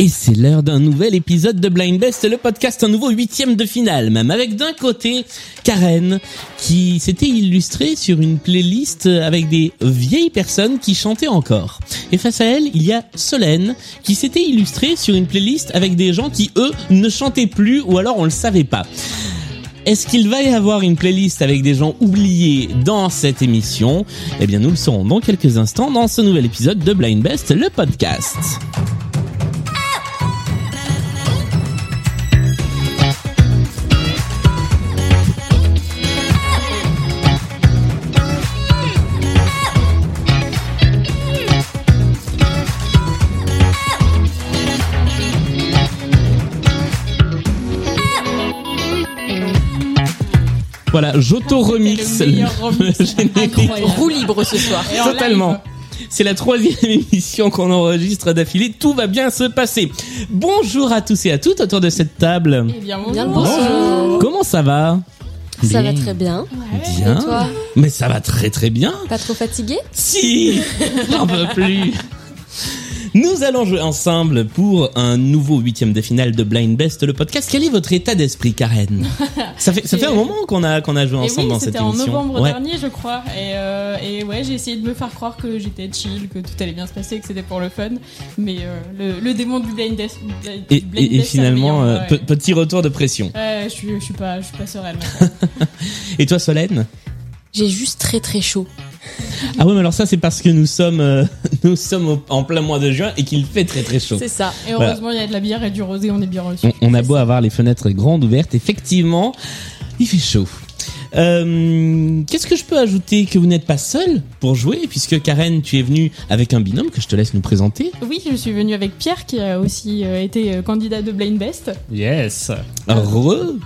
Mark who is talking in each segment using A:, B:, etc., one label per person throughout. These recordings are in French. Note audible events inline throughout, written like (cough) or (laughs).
A: Et c'est l'heure d'un nouvel épisode de Blind Best, le podcast un nouveau huitième de finale, même avec d'un côté Karen qui s'était illustrée sur une playlist avec des vieilles personnes qui chantaient encore. Et face à elle, il y a Solène qui s'était illustrée sur une playlist avec des gens qui eux ne chantaient plus ou alors on le savait pas. Est-ce qu'il va y avoir une playlist avec des gens oubliés dans cette émission Eh bien, nous le saurons dans quelques instants dans ce nouvel épisode de Blind Best, le podcast. Voilà, j'auto-remix
B: C'est le meilleur remix.
A: le générique.
B: Roue libre ce soir.
A: (laughs) Totalement. C'est la troisième (laughs) émission qu'on enregistre d'affilée. Tout va bien se passer. Bonjour à tous et à toutes autour de cette table.
B: Eh bien,
C: Bien le
B: bonjour.
C: bonsoir.
A: Comment ça va
C: Ça va très bien.
A: Bien.
C: Et toi
A: Mais ça va très très bien.
C: Pas trop fatigué (laughs)
A: Si J'en peux plus Nous allons jouer ensemble pour un nouveau huitième de finale de Blind Best, le podcast. Quel est votre état d'esprit, Karen Ça fait, ça fait un moment qu'on a, qu'on a
C: Eh
A: joué
B: Et
A: ensemble
B: oui,
A: dans cette
B: c'était en
A: émission.
B: novembre
A: Ouais.
B: dernier, je crois. Et, euh, et ouais, j'ai essayé de me faire croire que j'étais chill, que tout allait bien se passer, que c'était pour le fun. Mais euh, le, le démon du blind test.
A: Et, et- et finalement, euh, pe- petit retour de pression.
B: je, suis, je, suis pas, je suis pas sereine.
A: (laughs)
B: maintenant.
A: Et toi, Solène
C: J'ai juste très très chaud.
A: Ah ouais, mais alors ça, c'est parce que nous sommes, euh, (laughs) nous sommes au- en plein mois de juin et qu'il fait très très chaud.
C: C'est ça.
B: Et heureusement, il y a de la bière et du rosé, on est bien reçus.
A: On, on a beau avoir les fenêtres grandes ouvertes, effectivement, il fait chaud. Euh, Qu'est-ce que je peux ajouter que vous n'êtes pas seul pour jouer puisque Karen tu es venue avec un binôme que je te laisse nous présenter.
B: Oui, je suis venue avec Pierre qui a aussi euh, été euh, candidat de Blind Best.
D: Yes.
A: Heureux.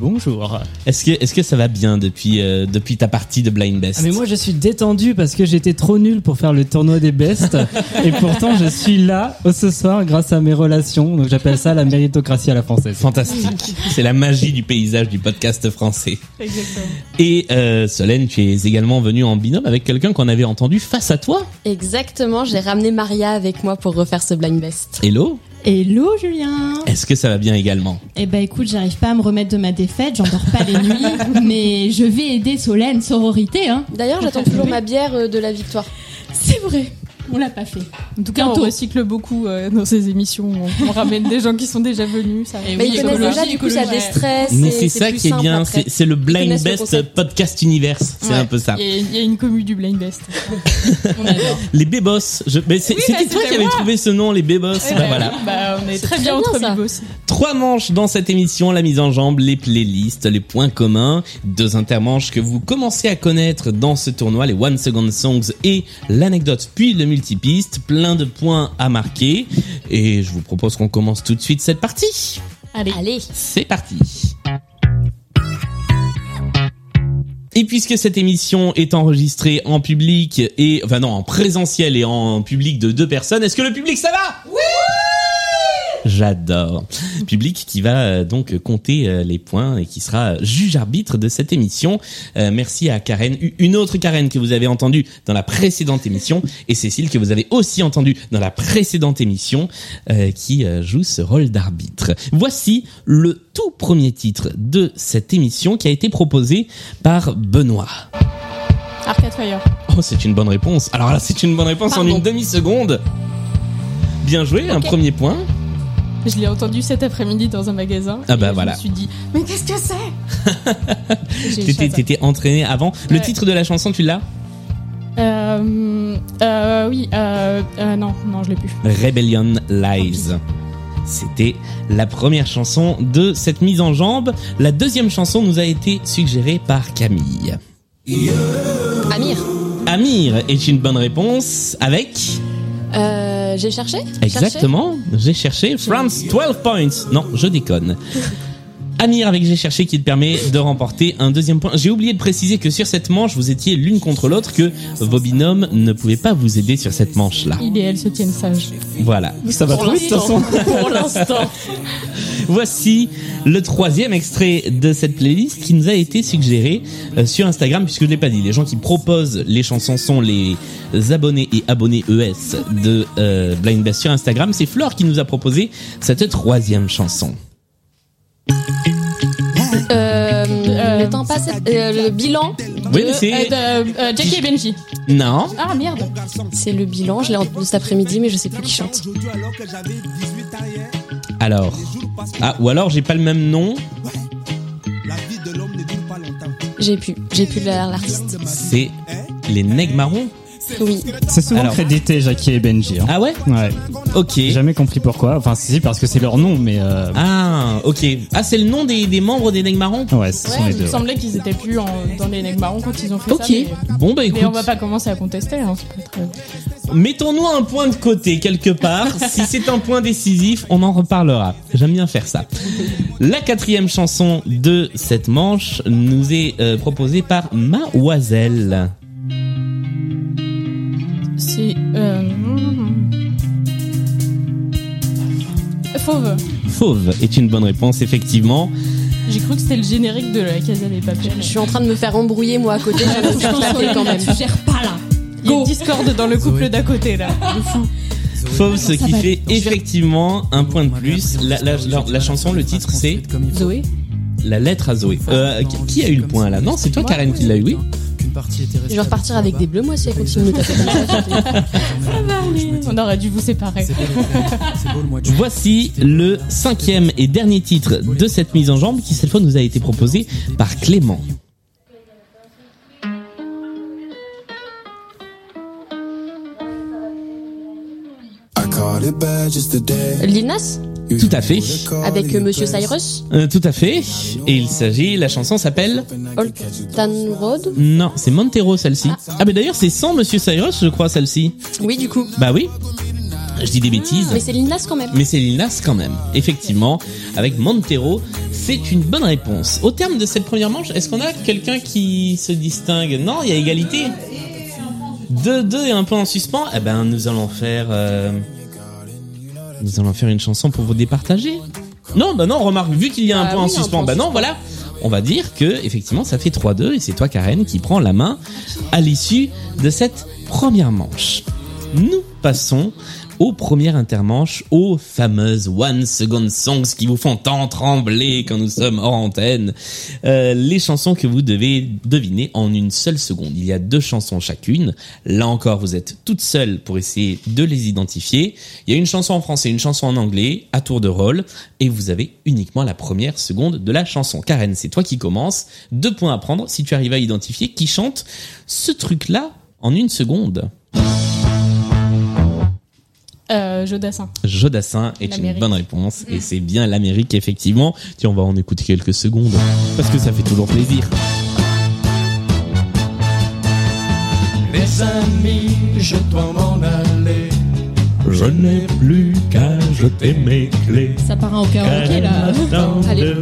D: Bonjour.
A: Est-ce que est-ce que ça va bien depuis euh, depuis ta partie de Blind Best
D: Ah, mais moi je suis détendu parce que j'étais trop nul pour faire le tournoi des bestes et pourtant je suis là euh, ce soir grâce à mes relations. Donc j'appelle ça la méritocratie à la française.
A: Fantastique. C'est la magie du paysage du podcast français.
B: Exactement.
A: Et euh, Solène, tu es également venue en binôme avec quelqu'un qu'on avait entendu face à toi.
C: Exactement, j'ai ramené Maria avec moi pour refaire ce blind best.
A: Hello.
E: Hello Julien
A: Est-ce que ça va bien également
E: Eh ben écoute, j'arrive pas à me remettre de ma défaite, j'endors pas les nuits,
F: (laughs)
E: mais je vais aider Solène, sororité, hein
A: Ah,
C: D'ailleurs, j'attends toujours ma bière euh, de la victoire.
E: C'est vrai, on l'a pas fait.
B: En tout cas,
E: Bientôt.
B: on recycle beaucoup euh, dans ces émissions. On, on ramène des gens qui sont déjà venus. Ça
C: Mais ils connaissent déjà, du coup, ça déstresse.
A: Mais
C: et
A: c'est ça
C: plus
A: qui est
C: simple
A: bien,
C: après.
A: c'est c'est le Blind
C: connaissent le
A: Best
C: concept.
A: Podcast Universe, c'est
B: Ouais.
A: un peu ça.
B: Il y, a- il y a une commu du Blind Best. on adore.
A: Les Bébos, je... mais c'est-
B: Oui,
A: c'était
B: bah,
A: toi
B: c'était
A: qui avais
B: moi.
A: trouvé ce nom, les Bébos. Bah, voilà.
B: Bah, on est,
C: C'est
B: très
C: très
B: bien
C: bien,
B: entre
C: ça.
B: bibos.
A: Trois manches dans cette émission, la mise en jambe, les playlists, les points communs, deux intermanches que vous commencez à connaître dans ce tournoi, les One Second Songs et l'anecdote, puis le multipiste, plein de points à marquer. Et je vous propose qu'on commence tout de suite cette partie.
B: Allez.
C: Allez,
A: C'est parti Et puisque cette émission est enregistrée en public et enfin non en présentiel et en public de deux personnes, est-ce que le public ça va Oui J'adore. Public qui va euh, donc compter euh, les points et qui sera juge arbitre de cette émission. Euh, merci à Karen, U- une autre Karen que vous avez entendue dans la précédente émission et Cécile que vous avez aussi entendue dans la précédente émission euh, qui euh, joue ce rôle d'arbitre. Voici le tout premier titre de cette émission qui a été proposé par Benoît.
B: Arcade Fire.
A: Oh, c'est une bonne réponse. Alors là, c'est une bonne réponse en
C: Pardon.
A: une demi-seconde. Bien joué, un
C: Ok.
A: premier point.
B: Je l'ai entendu cet après-midi dans un magasin.
A: Ah bah
B: Et
A: voilà.
B: Je me suis dit, mais qu'est-ce que c'est J'ai
A: T'étais,
B: échappé.
A: t'étais entraîné avant. Le
B: Ouais.
A: titre de la chanson, tu l'as
B: Euh, euh, oui, euh, euh, non, non, je l'ai plus.
A: Rebellion Lives. C'était la première chanson de cette mise en jambe. La deuxième chanson nous a été suggérée par Camille.
C: Amir,
A: Amir est une bonne réponse avec...
C: euh, j'ai cherché Cherché (laughs)
A: Exactement, j'ai cherché France 12 points. Non, je déconne. Amir avec J'ai cherché qui te permet de remporter un deuxième point. J'ai oublié de préciser que sur cette manche, vous étiez l'une contre l'autre, que vos binômes ne pouvaient pas vous aider sur cette manche-là.
B: Il et elle se tiennent sages.
A: Voilà.
D: Ça va
C: Pour
D: trop vite, de toute
C: l'instant.
D: façon.
B: (laughs)
C: Pour l'instant.
A: Voici le troisième extrait de cette playlist qui nous a été suggéré euh, sur Instagram, puisque je l'ai pas dit. Les gens qui proposent les chansons sont les abonnés et abonnés ES de euh, Blind Best sur Instagram. C'est Flore qui nous a proposé cette troisième chanson.
C: Euh,
B: Euh,
C: le temps passe. euh, le bilan. de-
A: Oui, mais
B: Euh,
A: c'est...
B: de- euh, Jackie et Benji.
A: Non.
B: Ah merde.
C: C'est le bilan. Je l'ai entendu cet après-midi, mais je sais plus qui chante.
A: Alors... Ah, ou alors j'ai pas le même nom.
C: J'ai pu. J'ai pu la- l'artiste.
A: C'est les Neg Marrons.
C: Oui.
D: C'est souvent
A: Alors.
D: crédité Jackie et Benji. hein.
A: Ah ouais
D: Ouais.
A: Ok.
D: J'ai jamais compris pourquoi. Enfin, si, si, parce que c'est leur nom, mais euh,
A: Ah, ok. Ah, c'est le nom des, des membres des Neg Marrons
D: ouais, ce sont
B: Ouais,
D: les
B: il me
D: deux. ouais.
B: semblait qu'ils étaient plus en- dans les nègres marrons quand ils ont fait
A: Ok.
B: ça. mais-
A: Bon, bah
B: Mais,
A: écoute.
B: on va pas commencer à contester. Hein, c'est pas très-
A: Mettons-nous un point de côté quelque
E: (laughs)
A: part. si c'est un point décisif, on en reparlera. J'aime bien faire ça. La quatrième chanson de cette manche nous est euh, proposée par Mademoiselle.
B: C'est. Euh... Fauve.
A: Fauve est une bonne réponse, effectivement.
B: J'ai cru que c'était le générique de la Casa des Papels.
C: Je suis en train de me faire embrouiller moi à côté. Je me faire taper quand même.
E: Tu gères pas là.
B: Il y a une discorde dans le couple d'à côté là.
A: Fauve, ce
E: Ça
A: qui
E: va
A: fait effectivement un point de plus. La, la- la- la chanson, le titre, c'est
C: Zoé.
A: La lettre à Zoé. Euh, qui- qui a eu le point là Non, c'est toi, Karen, qui l'a eu, oui
C: Je vais repartir avec des bleus moi si elle continue de me taper comme ça.
B: On aurait dû vous séparer.
A: Voici le cinquième et dernier titre de cette mise en jambe qui cette fois nous a été proposé par Clément.
C: Linas
A: Tout à fait.
C: avec euh, Monsieur Cyrus.
A: Euh, tout à fait. Et il s'agit, la chanson s'appelle...
C: Old Town Road.
A: Non, c'est Montero celle-ci. Ah mais d'ailleurs c'est sans Monsieur Cyrus je crois celle-ci.
C: Oui du coup.
A: Bah oui. Je dis des bêtises.
C: Mais c'est Linas quand même.
A: Mais c'est Lil Nas quand même. Effectivement, avec Montero, c'est une bonne réponse. Au terme de cette première manche, est-ce qu'on a quelqu'un qui se distingue Non, il y a égalité. 2-2 et un peu en suspens. Eh ben, nous allons faire... euh, Nous allons faire une chanson pour vous départager. Non, bah non, remarque, vu qu'il y a un
C: Ah
A: point en
C: oui, un
A: suspens,
C: point
A: bah
C: en
A: non,
C: suspens.
A: voilà. On va dire que, effectivement, ça fait 3-2 et c'est toi, Karen, qui prend la main à l'issue de cette première manche. Nous passons aux premières intermanches, aux fameuses One Second Songs qui vous font tant trembler quand nous sommes hors antenne. Euh, les chansons que vous devez deviner en une seule seconde. Il y a deux chansons chacune. Là encore, vous êtes toutes seules pour essayer de les identifier. Il y a une chanson en français, une chanson en anglais, à tour de rôle, et vous avez uniquement la première seconde de la chanson. Karen, c'est toi qui commences. Deux points à prendre si tu arrives à identifier qui chante ce truc-là en une seconde.
B: Euh, Jodassin.
A: Jodassin est une
B: L'Amérique.
A: bonne réponse et c'est bien l'Amérique effectivement. Tiens, on va en écouter quelques secondes parce que ça fait toujours plaisir.
G: Mes amis, je dois m'en aller.
A: Je n'ai plus qu'à jeter mes clés.
E: Ça part en karaoké
A: Euh,
E: là.
C: Allez.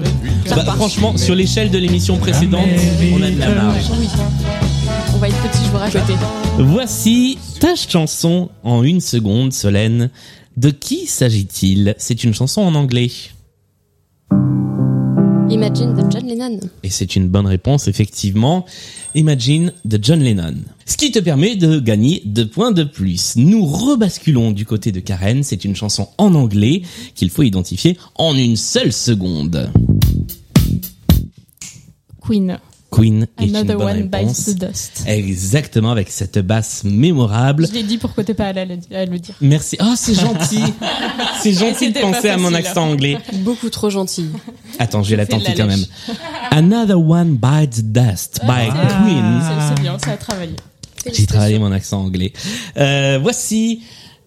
C: Ça part.
A: Bah, franchement, sur l'échelle de l'émission précédente, on a de la marge.
C: On va être petit, je vous raconte.
A: Voici ta chanson en une seconde, Solène. De qui s'agit-il C'est une chanson en anglais.
C: Imagine de John Lennon.
A: Et c'est une bonne réponse, effectivement. Imagine de John Lennon. Ce qui te permet de gagner deux points de plus. Nous rebasculons du côté de Karen. C'est une chanson en anglais qu'il faut identifier en une seule seconde.
B: Queen.
A: Queen est une
B: Another
A: bonne
B: one bites
A: réponse.
B: the dust.
A: Exactement, avec cette basse mémorable.
B: Je l'ai dit pourquoi t'es pas allé à le- à le dire.
A: Merci. Ah, c'est gentil.
B: (laughs)
A: c'est gentil de
B: C'était pas
A: penser à mon
B: facile. hein.
A: accent anglais.
C: Beaucoup trop gentil.
A: Attends, je vais la
B: fais de
A: tenter
B: la
A: quand même.
B: lèche.
A: (laughs) Another One Bites Dust
C: Ah.
A: by Queen.
B: C'est c'est bien, ça a travaillé.
A: J'ai travaillé mon accent anglais. Euh, voici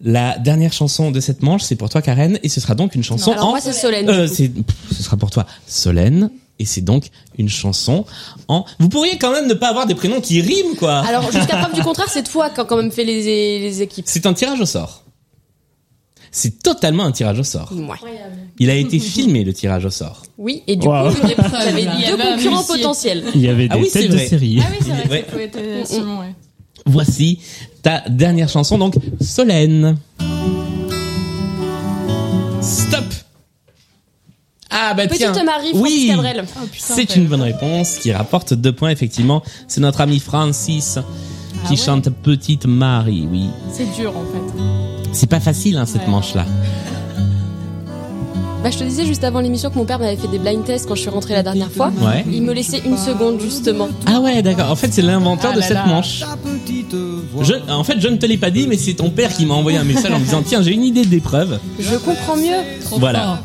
A: la dernière chanson de cette manche. C'est pour toi, Karen. Et ce sera donc une chanson
C: Alors
A: en...
C: moi c'est Solène.
A: Euh,
C: du coup.
A: c'est- pff, ce sera pour toi, Solène. Et c'est donc une chanson en... Vous pourriez quand même ne pas avoir des prénoms qui riment, quoi.
C: Ah. Alors jusqu'à preuve du contraire, c'est toi qui a quand même fait les, les équipes.
A: C'est un tirage au sort. c'est totalement un tirage au sort.
C: Ouais.
A: Il a
C: (laughs)
A: été filmé, le tirage au sort.
C: Oui, et du
D: Wow.
C: coup, j'avais- j'avais
B: Il y
C: deux
B: avait un
C: concurrents
B: huissier.
C: potentiels.
D: Il y avait des
A: Ah oui, c'est
D: têtes de
A: vrai.
D: série.
B: Ah oui, c'est vrai,
A: Ouais.
B: ça peut être euh, Simon, ouais.
A: Voici ta dernière chanson, donc Solène. Stop Ah bah tiens
C: Petite Marie, Francis
A: Oui
C: Cabrel.
B: Oh,
A: C'est une bonne réponse qui rapporte deux points, effectivement. C'est notre ami Francis qui
B: Ah ouais.
A: chante Petite Marie, oui.
B: C'est dur en fait.
A: C'est pas facile, hein, cette
B: Ouais.
A: manche-là.
C: Bah, je te disais juste avant l'émission que mon père m'avait fait des blind tests quand je suis rentrée la dernière fois.
A: Ouais.
C: Il me laissait une seconde, justement.
A: Ah ouais, d'accord. En fait, c'est l'inventeur
B: Ah
A: de
B: là
A: cette
B: là.
A: manche.
G: Ta petite voix.
A: Je, en fait, je ne te l'ai pas dit, mais c'est ton père qui m'a envoyé un message en me disant Tiens, j'ai une idée d'épreuve.
C: Je comprends mieux.
A: Voilà.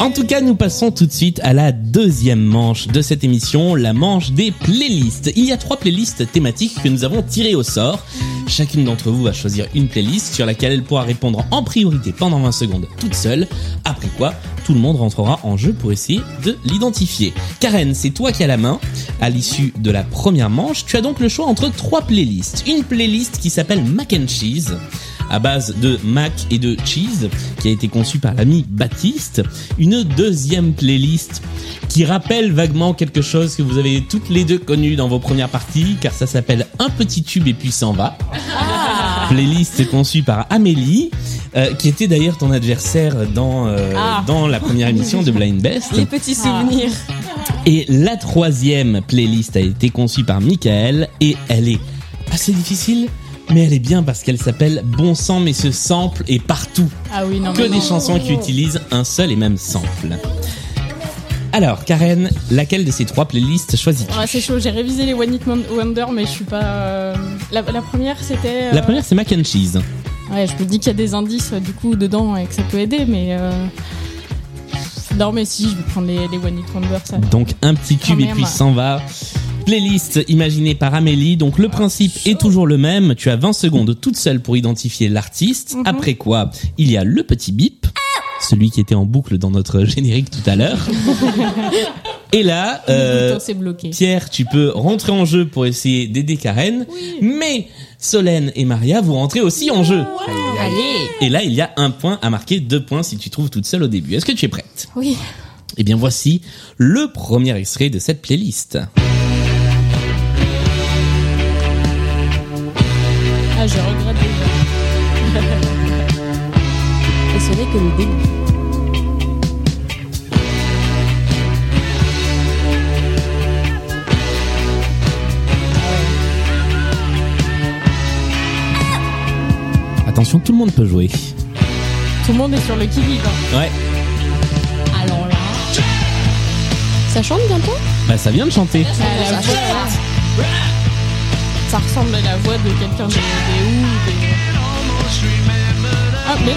A: En tout cas, nous passons tout de suite à la deuxième manche de cette émission, la manche des playlists. Il y a trois playlists thématiques que nous avons tirées au sort. Chacune d'entre vous va choisir une playlist sur laquelle elle pourra répondre en priorité pendant 20 secondes toute seule, après quoi tout le monde rentrera en jeu pour essayer de l'identifier. Karen, c'est toi qui as la main. À l'issue de la première manche, tu as donc le choix entre trois playlists. Une playlist qui s'appelle Mac and Cheese à base de mac et de cheese qui a été conçu par l'ami Baptiste. Une deuxième playlist qui rappelle vaguement quelque chose que vous avez toutes les deux connu dans vos premières parties car ça s'appelle Un petit tube et puis s'en va.
C: Ah.
A: Playlist conçue par Amélie euh, qui était d'ailleurs ton adversaire dans, euh,
C: Ah.
A: dans la première émission de Blind Best.
C: Les petits souvenirs.
A: Et la troisième playlist a été conçue par Michael et elle est assez difficile, mais elle est bien parce qu'elle s'appelle Bon sang, mais ce sample est partout.
B: Ah oui, non,
A: Que
B: mais
A: des
B: non.
A: chansons qui utilisent un seul et même sample. Alors, Karen, laquelle de ces trois playlists choisis-tu
B: Ouais, c'est chaud, j'ai révisé les One Hit Mon- Wonder, mais je suis pas. euh, La, la première, c'était. euh,
A: La première, c'est Mac and Cheese.
B: Ouais, je me dis qu'il y a des indices euh, du coup dedans et que ça peut aider, mais. euh, Non, mais si, je vais prendre les, les One Hit Wonder, ça.
A: Donc, un petit
B: Quand
A: cube et
B: même.
A: puis s'en va. Playlist imaginée par Amélie. Donc, le principe est toujours le même. Tu as 20 secondes toute seule pour identifier l'artiste.
B: Mhm.
A: Après quoi, il y a le petit bip. Celui qui était en boucle dans notre (laughs) générique tout à l'heure. Et là, euh,
B: Attends, c'est bloqué.
A: Pierre, tu peux rentrer en jeu pour essayer d'aider Karen, mais Solène et Maria, vous rentrez aussi en jeu.
C: Allez.
A: Et là, il y a un point à marquer, deux points si tu trouves toute seule au début. Est-ce que tu es prête
C: Oui.
A: Eh bien, voici le premier extrait de cette playlist.
B: Ah, je regrette déjà.
C: Et ce n'est que le début.
A: Attention, tout le monde peut jouer.
B: Tout le monde est sur le qui-vive. hein.
A: Ouais,
E: Alors là,
C: Ça chante bientôt
A: bah ça vient de chanter.
B: Ah, la voix, Ça ressemble à la voix de quelqu'un des, des Who, des... Ah, mais...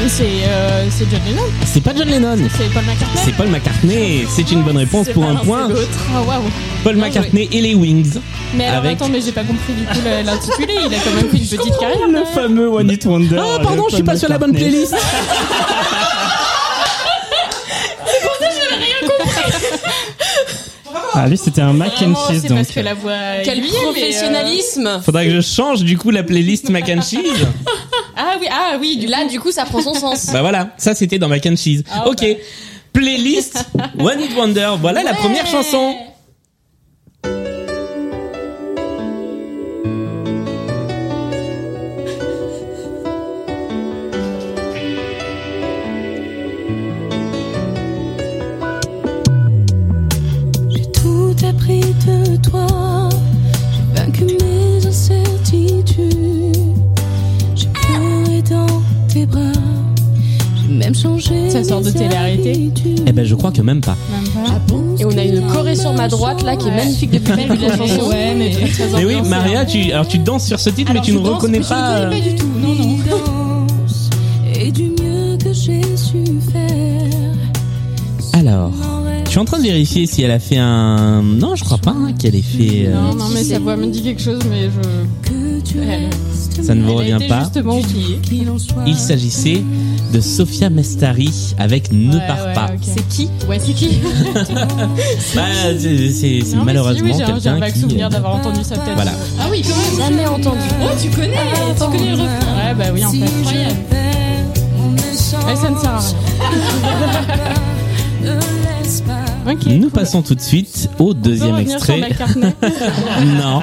B: Mais c'est euh, c'est John Lennon,
A: C'est pas John Lennon.
B: c'est Paul McCartney.
A: C'est Paul McCartney. C'est une bonne réponse
B: C'est
A: pour
B: pas
A: un
B: l'un,
A: point.
B: c'est l'autre. Ah, waouh.
A: Paul
B: Bien
A: McCartney et les Wings.
B: Mais alors,
A: Avec-
B: attends, mais j'ai pas compris du coup la- l'intitulé. Il a quand même Ah, fait une petite carrière.
D: (laughs) Le fameux One It Wonder.
A: Ah pardon,
D: le
A: je suis pas
D: fameux
A: sur la bonne
D: Cartney.
A: playlist.
D: Ah, lui, c'était un mac and
B: Vraiment,
D: cheese
B: c'est parce
D: donc.
B: que la voix...
C: Quel
B: il est mais, euh,
C: professionnalisme
A: Faudra que je change du coup la playlist Mac and
B: (laughs)
A: Cheese.
B: Ah oui, ah oui, du
C: Là, du coup, ça prend son (laughs) sens.
A: Bah voilà, ça c'était dans Mac and Cheese.
B: Ah,
A: ok. Playlist One It Wonder. Voilà la première chanson.
F: J'ai tout appris de toi, j'ai vaincu mes incertitudes, j'ai pleuré dans tes bras, j'ai même changé.
B: Ça sort de
F: mes
B: télé-réalité
F: habitudes.
A: Eh ben je crois que même pas.
B: Même pas.
F: Je pense
C: Et on a
F: qu'il y
C: une Corée sur ma
F: un
C: droite là Ah, qui est
F: jour,
C: magnifique depuis le
E: belle
C: début de la
E: Corée,
C: chanson.
E: ouais, mais très, très
A: Mais oui,
E: ambiancée.
B: hein.
A: Maria, tu alors tu danses sur ce titre,
E: Alors,
A: mais tu ne
E: je danse,
A: reconnais
E: mais je
A: pas. euh,
E: reconnais pas du tout, non, non.
F: il danse, Et du mieux que j'ai su faire.
B: Oh.
A: Alors, je suis en train de vérifier si elle a fait un. Non, je crois pas hein, qu'elle ait fait. euh,
B: Non, non, mais sa voix me dit quelque chose, mais je...
F: Que que tu
B: Ouais.
F: restes.
A: Ça ne vous
B: Elle a
A: revient
B: été
A: pas
B: justement oubliée.
F: Qu'il en soit.
A: Il s'agissait de Sofia Mestari avec Ne
B: Ouais,
A: pars
B: ouais,
A: pas.
B: ok.
C: C'est qui
B: Ouais, c'est qui
A: Bah, c'est- c'est c'est
B: Non, mais si, oui,
A: malheureusement
B: j'ai un- J'ai un
A: quelqu'un
B: vague
A: qui.
B: souvenir
A: euh,
B: d'avoir entendu ça peut-être.
A: Voilà.
B: Ah oui, quand même.
C: Jamais entendu.
B: Oh, tu connais Tu connais le refrain Ouais, bah oui, en fait.
F: Si
B: Incroyable.
F: je perds mon
B: Ouais, ça ne sert à
F: essence,
B: rien.
F: ne laisse pas.
B: Ok.
A: Nous
B: cool.
A: passons tout de suite au
B: On peut
A: deuxième
B: revenir sur
A: extrait. (laughs)
B: McCartney
A: Non.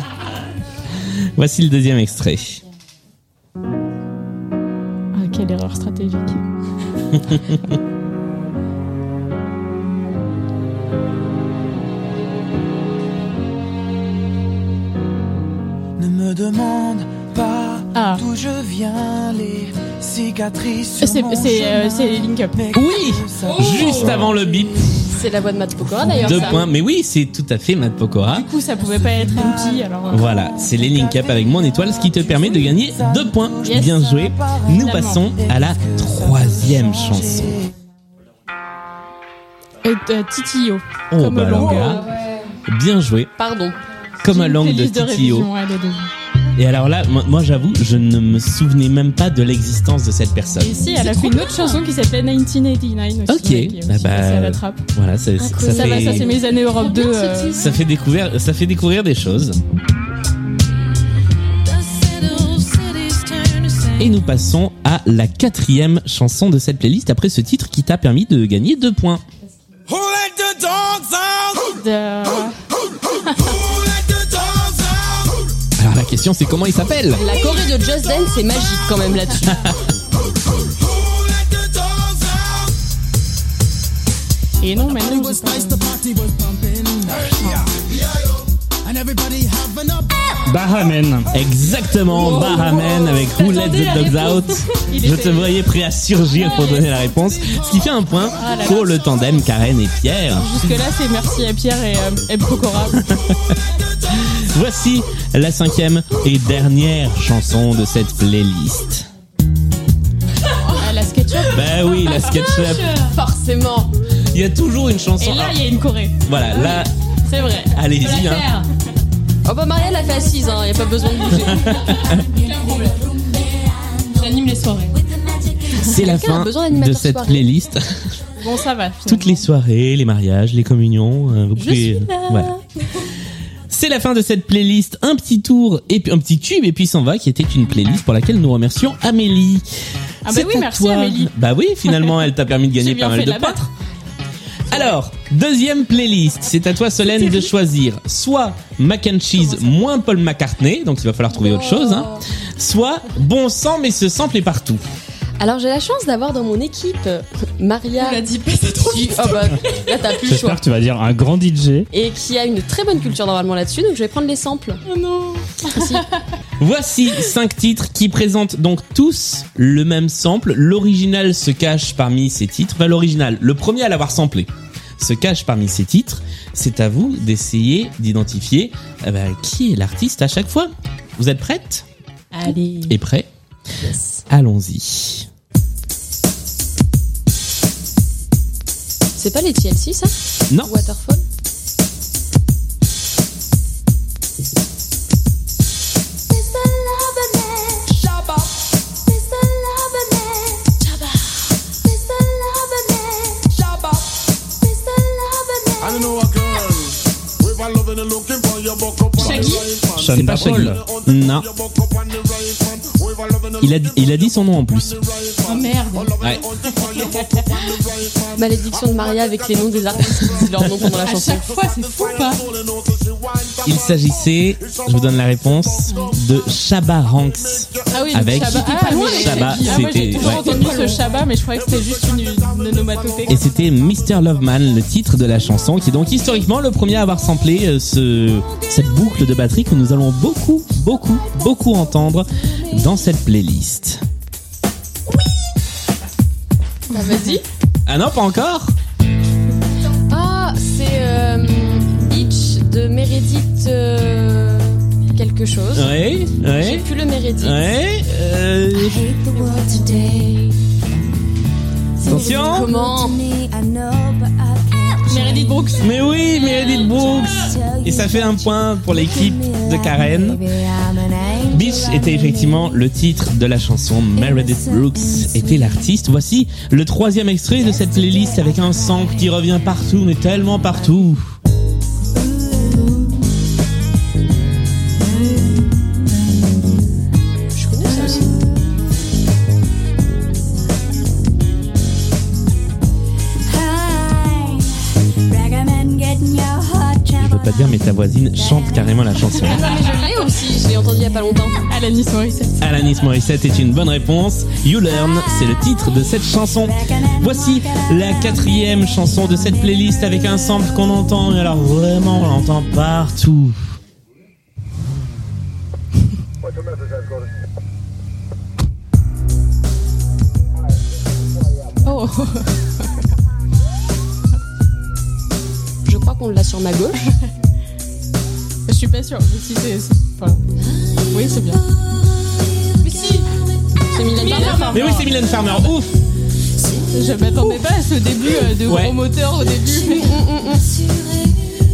A: Voici le deuxième extrait.
B: Ah, quelle erreur stratégique.
G: Ne me demande pas
B: Ah.
G: d'où je viens, les cicatrices. sur
B: C'est
G: mon
B: c'est, euh,
G: chemin.
B: c'est les Link Up.
G: Mais
A: Oui
G: ça-
A: Juste avant le bip,
C: C'est la voix de Matt Pokora d'ailleurs.
A: deux
C: ça.
A: points. Mais oui, c'est tout à fait Matt Pokora.
B: Du coup, ça pouvait pas être Lucky, alors. euh,
A: Voilà, c'est les link up avec mon étoile, ce qui te permet de gagner deux points.
B: Yes.
A: Bien joué. Nous
B: Évidemment.
A: passons à la troisième chanson.
B: euh, euh, Titio.
A: Oh,
B: Comme
A: bah alors
B: langue.
A: là, bien joué.
C: Pardon.
A: Comme
B: J'ai
A: à
B: une
A: langue de
B: playlist
A: Titio.
B: révision, elle est devenue.
A: Et alors là, moi, moi, j'avoue, je ne me souvenais même pas de l'existence de cette personne.
B: Et si, elle a
C: trop
B: fait une autre chanson qui s'appelait 1989 aussi.
A: Ok.
B: qui est aussi
A: Ah bah,
B: passée à la trappe.
A: Voilà, ça, ça,
B: Ah, Ça, va, ça, c'est
A: fait,
B: mes années Europe 2. euh,
A: ça fait découvrir, ça fait découvrir des choses.
F: The settled cities turn to sand.
A: Et nous passons à la quatrième chanson de cette playlist après ce titre qui t'a permis de gagner deux points.
G: Who let the dogs out?
B: de-
G: Who let the dogs out?
A: Alors la question c'est comment il s'appelle
C: La Corée de Just Dance, c'est magique quand même (laughs) là-dessus.
G: Who let the dogs out?
B: Et non, maintenant. j'ai pas-
D: Bahamen.
A: Exactement, Bahamen avec Who Let
B: Oh. Attendez la
A: the Dogs
B: réponse. (laughs)
A: Out.
B: Il
A: Je
B: était-
A: te voyais prêt à surgir pour donner la réponse, ce qui fait un point
B: Ah
A: pour le tandem Karen et Pierre.
B: Jusque-là, c'est merci à Pierre et euh, et Pokora.
A: Voici la cinquième et dernière chanson de cette playlist.
B: Ah, la SketchUp.
A: Ben oui,
B: Ah,
A: la SketchUp.
C: Forcément.
A: Il y a toujours une chanson. Ah,
B: Et là, il y a une Corée.
A: Voilà, là,
B: C'est vrai.
A: allez-y. hein.
C: Oh bah Maria l'a fait assise, hein. Y a pas besoin de bouger.
B: J'anime les soirées.
A: C'est la
C: Quelqu'un a
A: fin
C: besoin
A: de
C: d'animateur
A: cette
C: soirée.
A: playlist.
B: Bon, ça va.
A: Toutes les
B: finalement.
A: soirées, les mariages, les communions, euh, vous pouvez. voilà. C'est la fin de cette playlist, un petit tour et puis un petit tube et puis s'en va qui était une playlist pour laquelle nous remercions Amélie.
B: Ah bah
A: C'est
B: oui,
A: à
B: merci,
A: toi.
B: Amélie.
A: Bah oui, finalement elle t'a permis de
B: (laughs) J'ai
A: gagner pas
B: bien
A: mal
B: fait
A: de
B: la
A: points.
B: battre.
A: Alors, deuxième playlist, c'est à toi Solène de choisir soit mac and cheese moins Paul McCartney, donc il va falloir
B: Oh.
A: trouver autre chose, hein, soit bon sang mais ce sample est partout.
C: (laughs) Alors j'ai la chance d'avoir dans mon équipe euh, Maria.
B: l'a (laughs) dit passer
C: qui- oh bah, là t'as plus le
D: J'espère
C: choix.
D: que tu vas dire un grand DJ.
C: Et qui a une très bonne culture normalement là-dessus, donc je vais prendre les samples.
B: Oh non.
A: Voici cinq titres qui présentent donc tous le même sample. L'original se cache parmi ces titres. Enfin, l'original, le premier à l'avoir samplé, se cache parmi ces titres. C'est à vous d'essayer d'identifier euh, bah, qui est l'artiste à chaque fois. Vous êtes prête
B: Allez.
A: Et prêt Allons-y.
C: C'est pas les TLC ça
A: Non.
C: Waterfall
G: I know a girl. With a loving and looking for your buck up on the right hand.
A: C'est pas Shaggy. Non. Il a, il a dit son nom en plus.
E: Oh merde.
A: Ouais.
C: Malédiction de Maria avec les noms des artistes qui disent leur nom pendant la
E: À
C: chanson.
E: chaque fois, c'est fou pas
A: Il s'agissait, je vous donne la réponse, de Shabba Ranks.
B: Ah oui,
A: Avec
B: Shabba.
A: C'était
B: Ah,
A: pas
B: oui,
A: loin,
B: oui,
A: Shabba,
B: oui. Ah, moi,
A: c'était-
B: j'ai toujours
A: ouais.
B: entendu ce Shabba, mais je croyais que c'était juste une, une onomatopée.
A: Et c'était Mr. Loveman, le titre de la chanson, qui est donc historiquement le premier à avoir samplé euh, ce, cette boucle de batterie que nous allons beaucoup, beaucoup, beaucoup entendre dans cette playlist.
C: Ah, Vas-y.
A: Ah non, pas encore
C: Ah, c'est euh, Beach de Meredith euh, quelque chose.
A: Oui, oui,
C: J'ai plus le Meredith.
A: oui. euh, attention
C: Comment
B: Meredith Brooks.
A: Mais oui, Meredith Brooks Et ça fait un point pour l'équipe de Karen. Beach était effectivement le titre de la chanson. Meredith Brooks était l'artiste. Voici le troisième extrait de cette playlist avec un sample qui revient partout, mais tellement partout.
H: Je connais ça aussi.
A: Je veux pas dire, mais ta voisine chante carrément la chanson.
H: Je l'ai aussi, je l'ai entendu il y a pas longtemps.
B: Alanis Ah, Morissette.
A: Alanis Morissette est une bonne réponse. You Learn, c'est le titre de cette chanson. Voici la quatrième chanson de cette playlist avec un sample qu'on entend, mais alors vraiment on l'entend partout.
B: Oh,
C: Je crois qu'on l'a sur ma gauche.
B: je suis pas sûre. mais si c'est- c'est- enfin, Oui, c'est bien. Mais si
C: C'est Mylène Farmer.
A: Mais oui, c'est Mylène Farmer. Ouf!
B: Je m'attendais pas à ce début euh, de
A: Ouais.
B: gros moteur au (laughs) début.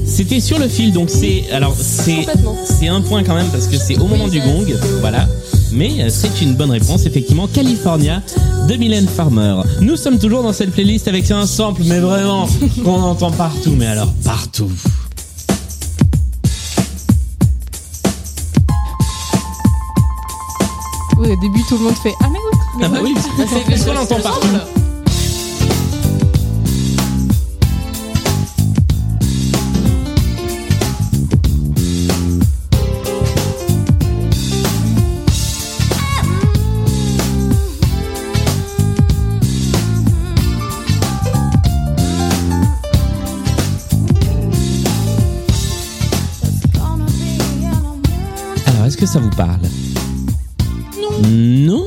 A: C'était sur le fil, donc c'est alors c'est
C: Complètement.
A: c'est un point quand même parce que c'est au moment du gong, voilà. Mais euh, c'est une bonne réponse effectivement. California de Mylène Farmer. Nous sommes toujours dans cette playlist avec un sample, mais vraiment qu'on entend partout, mais alors partout.
B: Oui, au début, tout le monde fait Ah, mais oui
A: Ah bah oui, parce qu'on l'entend partout. Alors, est-ce que ça vous parle Non.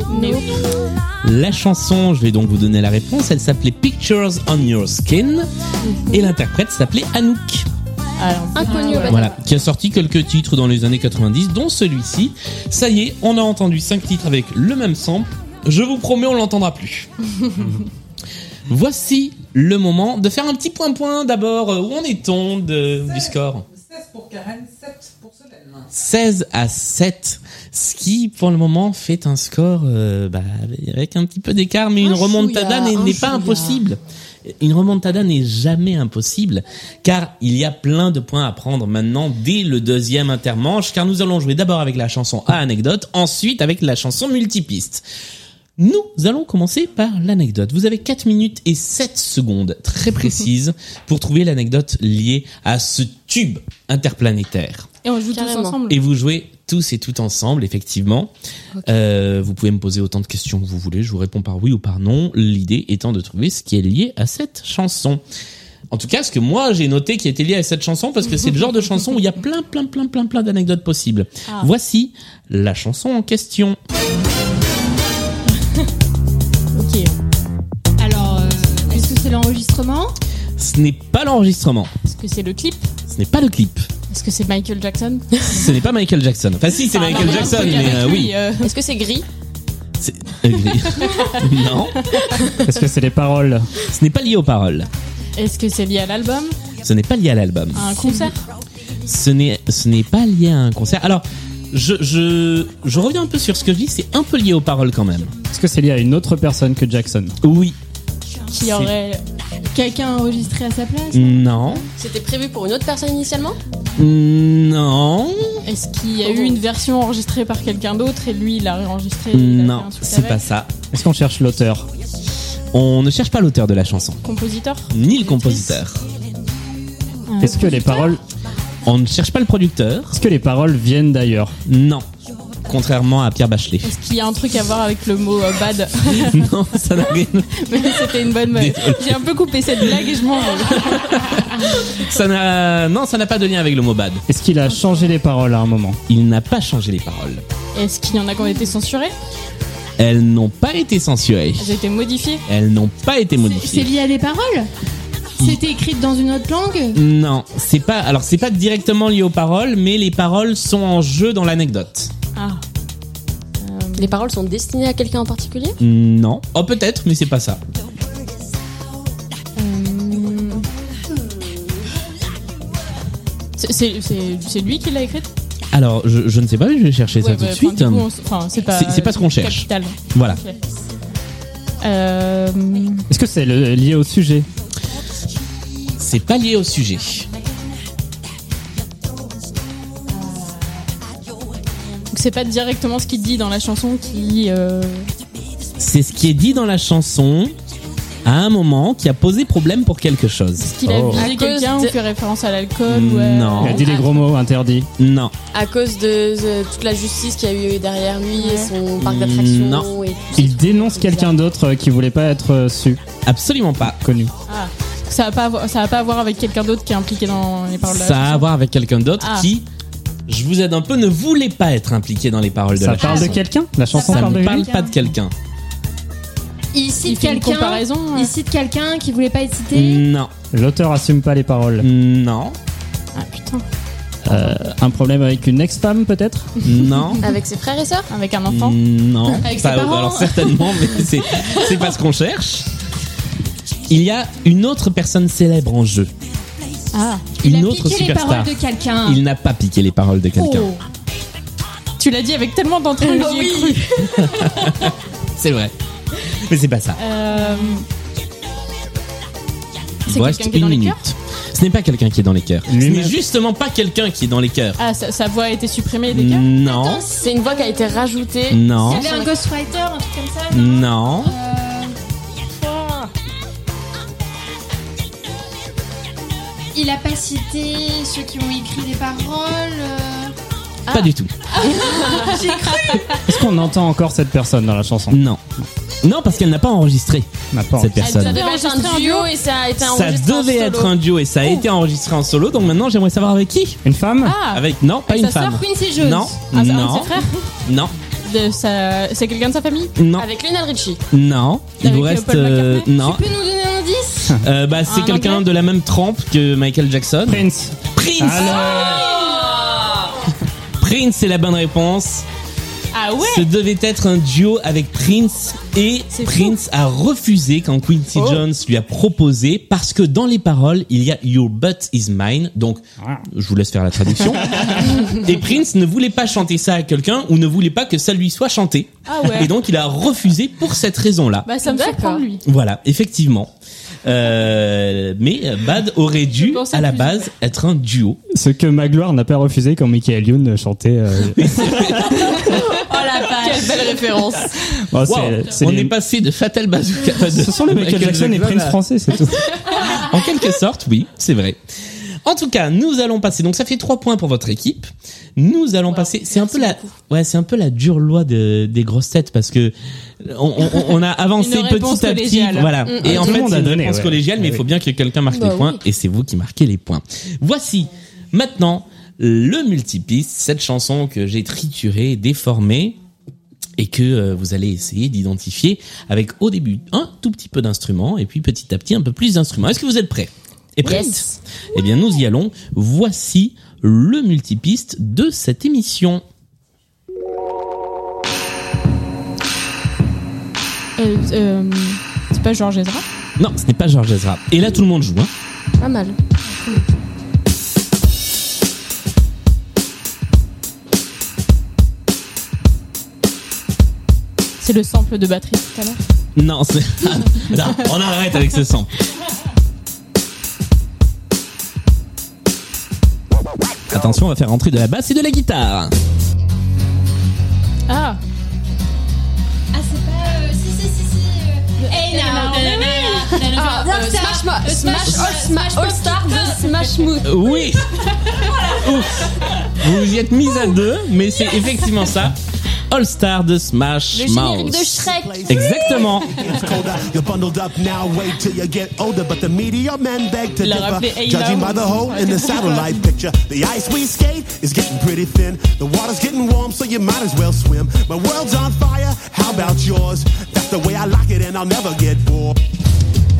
A: La chanson, je vais donc vous donner la réponse, elle s'appelait Pictures on Your Skin et l'interprète s'appelait Anouk.
B: Alors,
C: Inconnu au bataillon.
A: Voilà, qui a sorti quelques titres dans les années 90, dont celui-ci. Ça y est, on a entendu cinq titres avec le même sample. Je vous promets, on l'entendra plus. Voici le moment de faire un petit point-point d'abord. Euh, Où en est-on de- du score
I: 16 pour Karen, 7 pour Solène.
A: 16 à 7, ce qui pour le moment fait un score euh, bah, avec un petit peu d'écart, mais
C: Un
A: une remontada
C: chouïa,
A: n'est
C: un
A: n'est pas
C: chouïa.
A: impossible. Une remontada n'est jamais impossible, car il y a plein de points à prendre maintenant dès le deuxième intermanche, car nous allons jouer d'abord avec la chanson à anecdote, ensuite avec la chanson multipiste. Nous allons commencer par l'anecdote. Vous avez 4 minutes et 7 secondes
C: (laughs)
A: très précises pour trouver l'anecdote liée à ce tube interplanétaire.
B: Et on joue tous
C: Carrément.
B: ensemble.
A: Et vous jouez tous et toutes ensemble, effectivement. Euh, vous pouvez me poser autant de questions que vous voulez. Je vous réponds par oui ou par non. L'idée étant de trouver ce qui est lié à cette chanson. En tout cas, ce que moi j'ai noté qui était lié à cette chanson, parce que c'est le genre de chanson où il y a plein, plein, plein, plein, plein d'anecdotes possibles.
B: Ah.
A: Voici la chanson en question.
E: Ok. Alors, euh, est-ce que c'est l'enregistrement
A: Ce n'est pas l'enregistrement.
B: Est-ce que c'est le clip
A: Ce n'est pas le clip.
B: Est-ce que c'est Michael Jackson
A: Ce n'est pas Michael Jackson. Enfin, si, c'est
B: Ah,
A: Michael
B: non, mais un
A: Jackson,
B: truc
A: mais
B: avec
A: euh,
B: lui,
A: oui.
B: euh,
C: Est-ce que c'est gris
A: C'est- euh, gris. (laughs) non,
D: Parce que c'est les paroles.
A: ce n'est pas lié aux paroles.
B: Est-ce que c'est lié à l'album
A: Ce n'est pas lié à l'album.
B: À un concert
A: ce n'est ce n'est pas lié à un concert. Alors, je, je, je reviens un peu sur ce que je dis, c'est un peu lié aux paroles quand même.
D: Est-ce que c'est lié à une autre personne que Jackson
A: Oui.
B: Qui aurait.
E: Quelqu'un a enregistré à sa place
A: Mm. Non.
C: C'était prévu pour une autre personne initialement
A: Non.
B: Est-ce qu'il y a eu une version enregistrée par quelqu'un d'autre et lui il a réenregistré il a fait
A: Non,
B: un truc
A: c'est
B: avec
A: pas ça.
D: Est-ce qu'on cherche l'auteur
A: On ne cherche pas l'auteur de la chanson,
B: Compositeur
A: ni le compositeur.
D: Est-ce que les paroles,
A: On ne cherche pas le producteur.
D: est-ce que les paroles viennent d'ailleurs
A: Non. Contrairement à Pierre Bachelet.
B: Est-ce qu'il y a un truc à voir avec le mot euh, bad (laughs)
A: non, ça n'a rien,
B: Mais C'était une bonne.
A: Désolé.
B: J'ai un peu coupé cette blague et je m'en vais.
A: ça n'a, non, ça n'a pas de lien avec le mot bad.
D: Est-ce qu'il a changé les paroles à un moment
A: Il n'a pas changé les paroles.
B: Est-ce qu'il y en a qui ont été censurés
A: Elles n'ont pas été censurées.
B: Elles ont été modifiées
A: Elles n'ont pas été
E: C'est
A: modifiées.
E: lié à des paroles
A: Mm.
E: C'était écrit dans une autre langue
A: Non, c'est pas. Alors c'est pas directement lié aux paroles, mais les paroles sont en jeu dans l'anecdote.
B: Ah.
C: Les paroles sont destinées à quelqu'un en particulier
A: Non. Oh peut-être, mais c'est pas ça.
B: Euh, C'est c'est- c'est lui qui l'a écrite
A: Alors, je, je ne sais pas, mais je vais chercher ça
B: Ouais,
A: tout
B: bah,
A: de
B: enfin,
A: suite.
B: du coup, on s- enfin, c'est pas,
A: C'est- c'est pas ce qu'on cherche.
B: Capital.
A: Voilà.
B: Ok. Euh,
D: Est-ce que c'est le- lié au sujet
A: C'est pas lié au sujet.
B: donc c'est pas directement ce qu'il dit dans la chanson qui. euh,
A: C'est ce qui est dit dans la chanson à un moment qui a posé problème pour quelque chose.
B: Est-ce qu'il a
D: Oh.
B: visé
H: À
B: quelqu'un
H: cause
B: ou
H: de-
B: fait référence à l'alcool
A: Mm,
B: ou à- Ah,
A: non.
D: Il a dit les gros mots interdits.
A: Non.
H: À cause de euh, toute la justice qu'il y a eu derrière lui et son parc
A: Non.
H: d'attractions. et tout.
D: Il dénonce quelqu'un d'autre euh, qui voulait pas être euh, su,
A: Absolument pas.
D: connu.
B: Ah. Ça va pas avoir- ça va pas à voir avec quelqu'un d'autre qui est impliqué dans les paroles de la
A: Ça a à
B: chanson.
A: voir avec quelqu'un d'autre
B: Ah.
A: qui, je vous aide un peu, ne voulait pas être impliqué dans les paroles de
D: Ça
A: la
D: parle
A: chanson.
D: de quelqu'un La chanson
A: Ça
D: parle de
A: ne parle
D: quelqu'un
A: pas de quelqu'un.
E: Il
B: Il
E: cite
B: fait une
E: quelqu'un.
B: comparaison. euh.
E: Il cite quelqu'un qui voulait pas être cité.
A: Non.
D: L'auteur assume pas les paroles.
A: Non.
B: Ah putain.
D: Euh, un problème avec une ex-femme peut-être
B: (laughs)
A: Non.
H: Avec ses frères et sœurs
B: Avec un
A: Mm.
B: enfant.
A: Non.
E: Avec ses
A: Pas-
E: parents.
A: alors certainement, mais c'est c'est pas ce qu'on cherche. Il y a une autre personne célèbre en jeu.
B: Ah.
E: Il
A: une
E: a
A: autre
E: piqué les
A: superstar.
E: paroles de quelqu'un.
A: Il n'a pas piqué les paroles de quelqu'un.
E: Oh.
B: Tu l'as dit avec
H: (laughs)
B: tellement d'entrain que j'y ai cru.
A: C'est vrai. Mais c'est pas ça.
B: Euh,
A: Il
B: c'est
A: vous reste
B: quelqu'un qui est
A: une
B: dans les
A: minute. Ce n'est pas quelqu'un qui est dans les cœurs. Ce
D: Lui-même.
A: n'est justement pas quelqu'un qui est dans les cœurs.
B: Ah, sa, sa voix a été supprimée des cœurs
A: Non.
H: C'est une voix qui a été rajoutée.
E: Il y
A: Non.
E: avait un ghostwriter, un truc comme ça.
A: Hmm.
E: euh,
A: Non.
E: non Il a pas cité ceux qui ont écrit les paroles. euh.
A: Pas du tout.
D: Est-ce qu'on entend encore cette personne dans la chanson
A: Non. Non, parce qu'elle n'a pas enregistré
D: On n'a pas
A: cette
H: Ça
A: personne.
H: devait être un duo et ça a été
A: Ça
H: enregistré en
A: devait
H: solo.
A: être un duo et ça a été enregistré en solo. Donc maintenant, j'aimerais savoir avec qui.
D: Une femme
B: Ah,
A: Avec non, pas
B: Avec
A: une
B: sa sœur,
A: femme.
E: Quincy Jones.
A: Non.
B: Ah, c'est un de
A: Non.
B: ses frères
A: Non.
B: De sa- C'est quelqu'un de sa famille
A: Non.
H: Avec Lionel Richie.
A: Non. Il
B: Avec,
A: vous
B: euh,
A: reste
B: Paul
A: euh,
B: McCartney
A: non.
E: Tu peux nous donner un indice
A: Euh, bah c'est
B: Un
A: quelqu'un
B: anglais
A: de la même trempe que Michael Jackson.
D: Prince
A: Prince.
D: Alors,
A: Prince c'est la bonne réponse.
B: Ah ouais
A: Ce devait être un duo avec Prince et
B: C'est
A: Prince a refusé quand Quincy
B: Oh.
A: Jones lui a proposé parce que dans les paroles il y a Your butt is mine donc je vous laisse faire la traduction
B: (laughs)
A: et Prince ne voulait pas chanter ça à quelqu'un ou ne voulait pas que ça lui soit chanté
B: Ah ouais
A: et donc il a refusé pour cette raison là
B: Bah ça me
H: D'accord.
B: surprend lui.
A: voilà effectivement Euh, mais Bad aurait dû
B: pensais
A: à la
B: plus.
A: base être un duo
D: ce que Magloire n'a pas refusé quand Michael Youn chantait. (laughs) euh,
H: Oh la vache Quelle belle référence
D: oh,
A: Wow,
D: c'est- c'est
A: on
D: les-
A: est passé de Fatal Bazooka de
D: Ce sont les Michael Jackson et Prince
A: à-
D: français, c'est (laughs) tout.
A: En quelque sorte, oui, c'est vrai. En tout cas, nous allons passer. Donc, ça fait trois points pour votre équipe. Nous allons passer. C'est un peu la, ouais, c'est un peu la dure loi de- des grosses têtes parce que on, on- on a avancé
B: Une réponse
A: petit à petit.
B: collégiale.
A: Voilà. Et
D: Mm, Tout
A: en
D: le
A: fait,
D: monde
A: c'est
D: a
A: une
D: donné,
A: réponse
D: ouais. Ah
A: collégiale, mais il
D: Oui.
A: faut bien que quelqu'un marque
H: Bah
A: les points
H: oui.
A: et c'est vous qui marquez les points. Voici maintenant le multipiste, cette chanson que j'ai triturée, déformée et que euh, vous allez essayer d'identifier avec au début un tout petit peu d'instruments et puis petit à petit un peu plus d'instruments. Est-ce que vous êtes prêts et prêtes
H: Yes.
A: Eh bien, nous y allons. Voici le multipiste de cette émission.
B: Euh, euh, c'est pas Georges Ezra
A: Non, ce n'est pas Georges Ezra. Et là, tout le monde joue. Hein.
H: Pas mal.
B: C'est le sample de batterie tout à l'heure
A: Non, c'est... Non, on arrête avec ce son. Attention, on va faire rentrer de la basse et de la guitare.
B: Ah
E: Ah, c'est pas. euh, si, si, si, si. euh, Hey now,
C: Ah,
E: nanana, nanana,
H: Ah, euh,
E: rockstar,
H: Smash, Ma-
E: euh,
H: Smash, All, Smash All Star de Smash Mouth.
A: Euh, Oui Ouf. Vous vous y êtes mis à deux, mais c'est effectivement ça. All Star de Smash
H: Le
A: Mouth.
H: générique de
F: Oh,
H: Shrek.
A: Exactement.
J: It's colder. You're bundled up now. Wait till you get older. But the media men beg to
B: Il a rappelé
J: differ.
B: Ayla
J: Judging by
B: ou-
J: the hole in the satellite picture, the ice we skate is getting pretty thin. The water's getting warm, so you might as well swim. My world's on fire. How about yours? That's the way I like it, and I'll never get bored.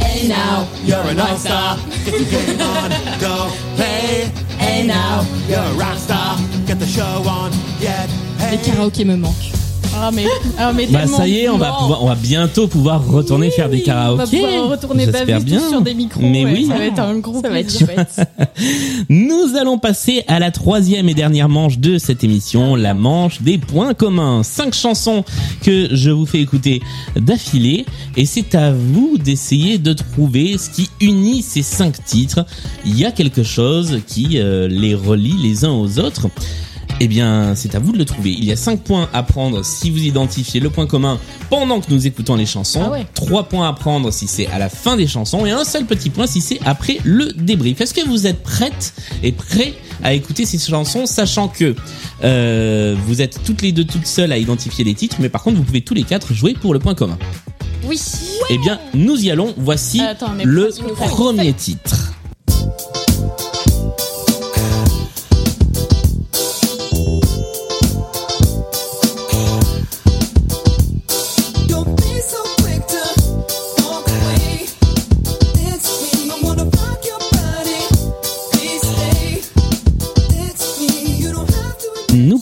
H: Hey now,
J: You're an all star. Get the game on. Go play. Hey now. You're a rock star. Get the show on. Get
E: Les
J: paid.
E: karaokés me manquent.
B: Ah mais, ah, mais
A: Bah
B: tellement
A: ça y est, on va,
B: non.
A: pouvoir- on va bientôt pouvoir retourner faire des
B: Oui, On va
A: karaokés.
B: pouvoir retourner
A: J'espère
B: baver tous
A: bien.
B: sur des micros.
A: Mais
B: ouais,
A: oui.
B: Ça va être un gros (laughs)
H: ça va être
B: plaisir.
H: chouette.
A: Nous Nous allons passer à la troisième et dernière manche de cette émission, la manche des points communs. Cinq chansons que je vous fais écouter d'affilée et c'est à vous d'essayer de trouver ce qui unit ces cinq titres. Il y a quelque chose qui euh, les relie les uns aux autres. Eh bien, c'est à vous de le trouver. Il y a 5 points à prendre si vous identifiez le point commun pendant que nous écoutons les chansons.
H: Ah ouais.
A: 3 points à prendre si c'est à la fin des chansons. Et un seul petit point si c'est après le débrief. Est-ce que vous êtes prête et prêt à écouter ces chansons, sachant que euh, vous êtes toutes les deux toutes seules à identifier les titres, mais par contre, vous pouvez tous les quatre jouer pour le point commun
H: Oui.
A: Eh bien, nous y allons. Voici
B: Attends, mais
A: le
B: pourquoi tu nous fais
A: premier titre.
F: Don't be so quick to walk away. Dance me, I wanna rock your body. Please stay. Dance me, you don't have to.
A: Nous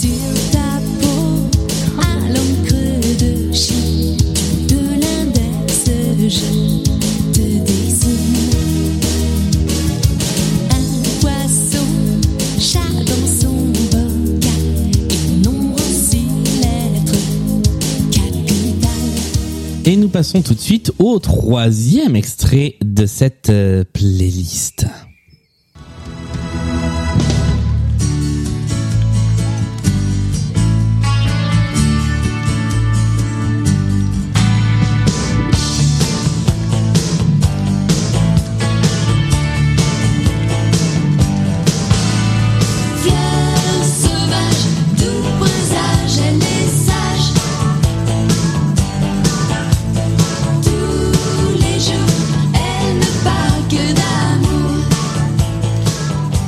F: Sur ta peau, à l'encre de chien, de l'index, je te dessine. Un poisson, chat dans son bocal, et nombre six lettres capitales.
A: Et nous passons tout de suite au troisième extrait de cette euh, playlist.
F: Fleur sauvage, doux présage, elle est sage. Tous les jours, elle ne parle que d'amour.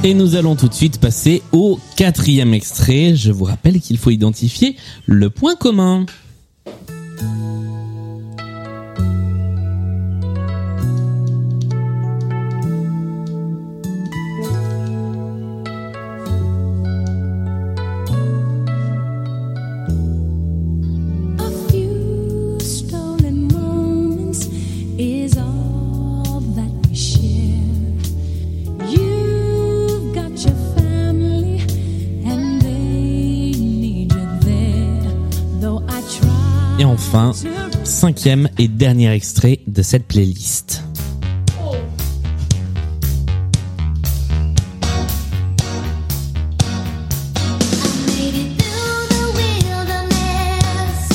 A: Et nous allons tout de suite passer au quatrième extrait. Je vous rappelle qu'il faut identifier le point commun.
F: A few stolen moments is all that we share. You've got your family, and they need you there. Though I try.
A: Et enfin, cinquième et dernier extrait de cette playlist.
F: Made it through the wilderness.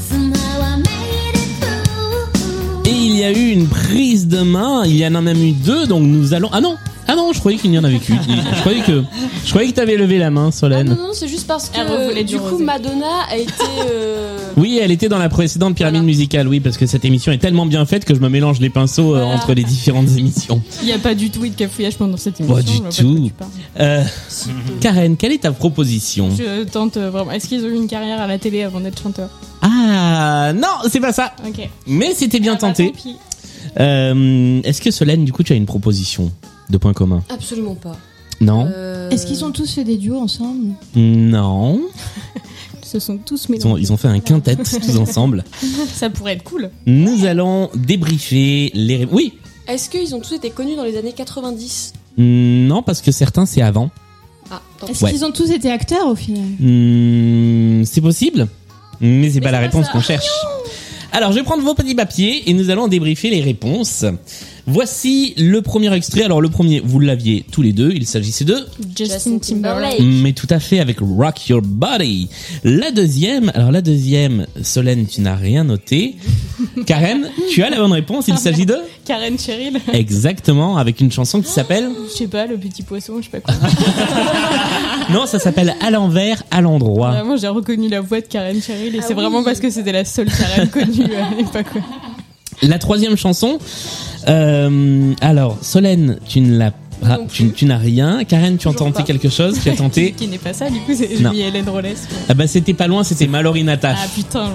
F: Somehow I made it through.
A: Et il y a eu une prise de main, il y en a même eu deux, donc nous allons... Ah non Ah non, je croyais qu'il n'y en avait qu'une. Je croyais que, je croyais que t'avais levé la main,
H: Ah non,
A: Solène.
H: non, c'est juste parce que
B: Elle revoulait du
H: du coup
B: rosé.
H: Madonna a été. euh,
A: Oui, elle était dans la précédente pyramide
H: Voilà.
A: musicale, oui, parce que cette émission est tellement bien faite que je me mélange les pinceaux euh,
H: Voilà.
A: entre les différentes (laughs) émissions.
B: Il n'y a pas du tout eu de cafouillage pendant cette émission.
A: Pas
B: je
A: du
B: vois de quoi
A: tout.
B: tu parles.
A: Euh, Karen, quelle est ta proposition
B: Je tente euh, vraiment. Est-ce qu'ils ont eu une carrière à la télé avant d'être chanteur
A: Ah non, c'est pas ça.
B: Ok.
A: Mais c'était bien
B: Ah, bah,
A: tenté.
B: tant pis.
A: Euh, Est-ce que Solène, du coup, tu as une proposition de point commun
C: Absolument pas.
A: Non.
C: Euh,
E: Est-ce qu'ils ont tous fait des duos ensemble
A: Non.
B: Ils se sont tous
A: Ils ont,
B: mélangés.
A: ils ont fait un quintet tous ensemble.
B: Ça pourrait être cool.
A: Nous allons débriefer les. ré- Oui.
H: Est-ce qu'ils ont tous été connus dans les années 90
A: Non, parce que certains c'est avant.
H: Ah, tant pis.
E: Est-ce
A: Ouais.
E: qu'ils ont tous été acteurs au final
A: Hmm, c'est possible, mais c'est pas Oh
H: c'est pas
A: la réponse
H: ça.
A: qu'on cherche. Alors, je vais prendre vos petits papiers et nous allons débriefer les réponses. Voici le premier extrait. Alors, le premier, vous l'aviez tous les deux. Il s'agissait de
B: Justin Timberlake.
A: Mais tout à fait avec Rock Your Body. La deuxième, alors la deuxième, Solène, tu n'as rien noté. Karen, tu as la bonne réponse, il s'agit de
B: Karen
E: (laughs)
B: Cheryl.
A: Exactement, avec une chanson qui s'appelle
B: Je sais pas, le petit poisson, je sais pas quoi.
A: Non, ça s'appelle À l'envers, à l'endroit.
B: Vraiment, j'ai reconnu la voix de Karen Cheryl et
E: Ah
B: c'est vraiment parce que c'était la seule Karen connue à l'époque. quoi.
A: La troisième chanson, euh, alors Solène, tu ne l'as Ah, tu tu n'as rien. Karen, tu as
B: Toujours
A: tenté
B: pas.
A: quelque chose Tu as
B: Qui, (laughs)
A: tenté
B: qui n'est pas ça, du coup, c'est- j'ai
A: Non.
B: mis Hélène Rollès.
A: Ah bah c'était pas loin, c'était Mallory Tache
B: Ah putain,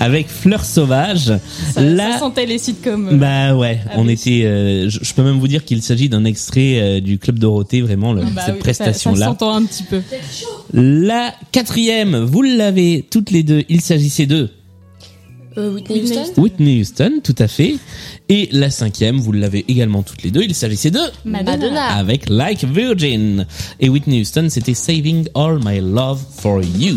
A: avec Fleur Sauvage.
B: ça,
A: Là,
B: ça sentait les sitcoms. euh.
A: bah ouais, on était. euh, je, je peux même vous dire qu'il s'agit d'un extrait euh, du Club Dorothée, vraiment le-
B: Ah bah
A: cette
B: oui, ça-
A: prestation
B: Ça,
A: là.
B: s'entend un petit peu.
A: La quatrième, vous l'avez toutes les deux. Il s'agissait de
H: Whitney Houston
A: Whitney Houston, tout à fait. Et la cinquième, vous l'avez également toutes les deux. Il s'agissait de
C: Ah,
B: Madonna.
H: Madonna.
A: avec Like Virgin. Et Whitney Houston, c'était Saving All My Love for You.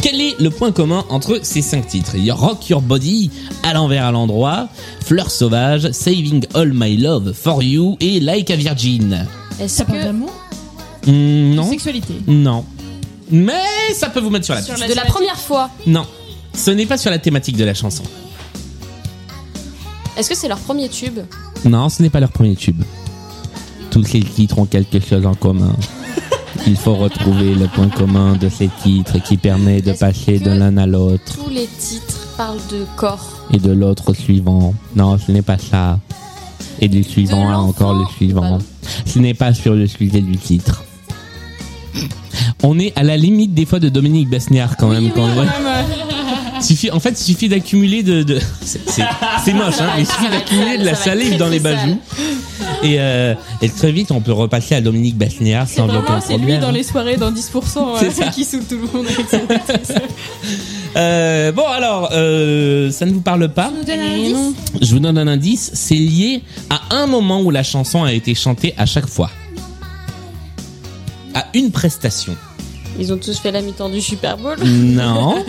A: Quel est le point commun entre ces cinq titres Il y a Rock Your Body, À l'envers à l'endroit, Fleur sauvage, Saving All My Love for You et Like a Virgin.
H: Est-ce
E: Ça parle
H: que
E: d'amour
A: Hmm,
E: De
A: Non,
E: sexualité.
A: non. Mais ça peut vous mettre sur la
B: Sur
A: piste.
B: la-
H: de la première fois
A: Non, ce n'est pas sur la thématique de la chanson.
H: Est-ce que c'est leur premier tube
A: Non, ce n'est pas leur premier tube. Tous ces titres ont quelque chose en
H: (laughs)
A: commun. Il faut retrouver le point commun de ces titres qui permet de
H: Est-ce
A: passer
H: que-
A: de l'un à l'autre
H: Tous les titres parlent de corps.
A: et de l'autre au suivant. Non, ce n'est pas ça. Et du suivant à encore le
H: l'enfant.
A: suivant.
H: Pardon.
A: Ce n'est pas sur le sujet du titre. On est à la limite des fois de Dominique Besniard quand même. quand on voit- Suffit- en fait, il suffit d'accumuler de. (laughs) de- C'est c'est- c'est moche, hein, mais il suffit d'accumuler de la
H: Ça va être
A: salive
H: très,
A: dans les
H: très
A: bajoux. Et, euh, et très vite, on peut repasser à Dominique Basnière sans aucun
B: Vraiment, c'est lui
A: problème.
B: dans les soirées dans 10%
A: C'est
B: euh,
A: ça.
B: qui saoule tout le (laughs) monde avec ses-
A: Euh, bon, alors, euh, ça ne vous parle pas
E: Nous donne un indice
A: Je vous donne un indice. C'est lié à un moment où la chanson a été chantée à chaque fois. À une prestation.
H: Ils ont tous fait la mi-temps du Super Bowl.
A: Non.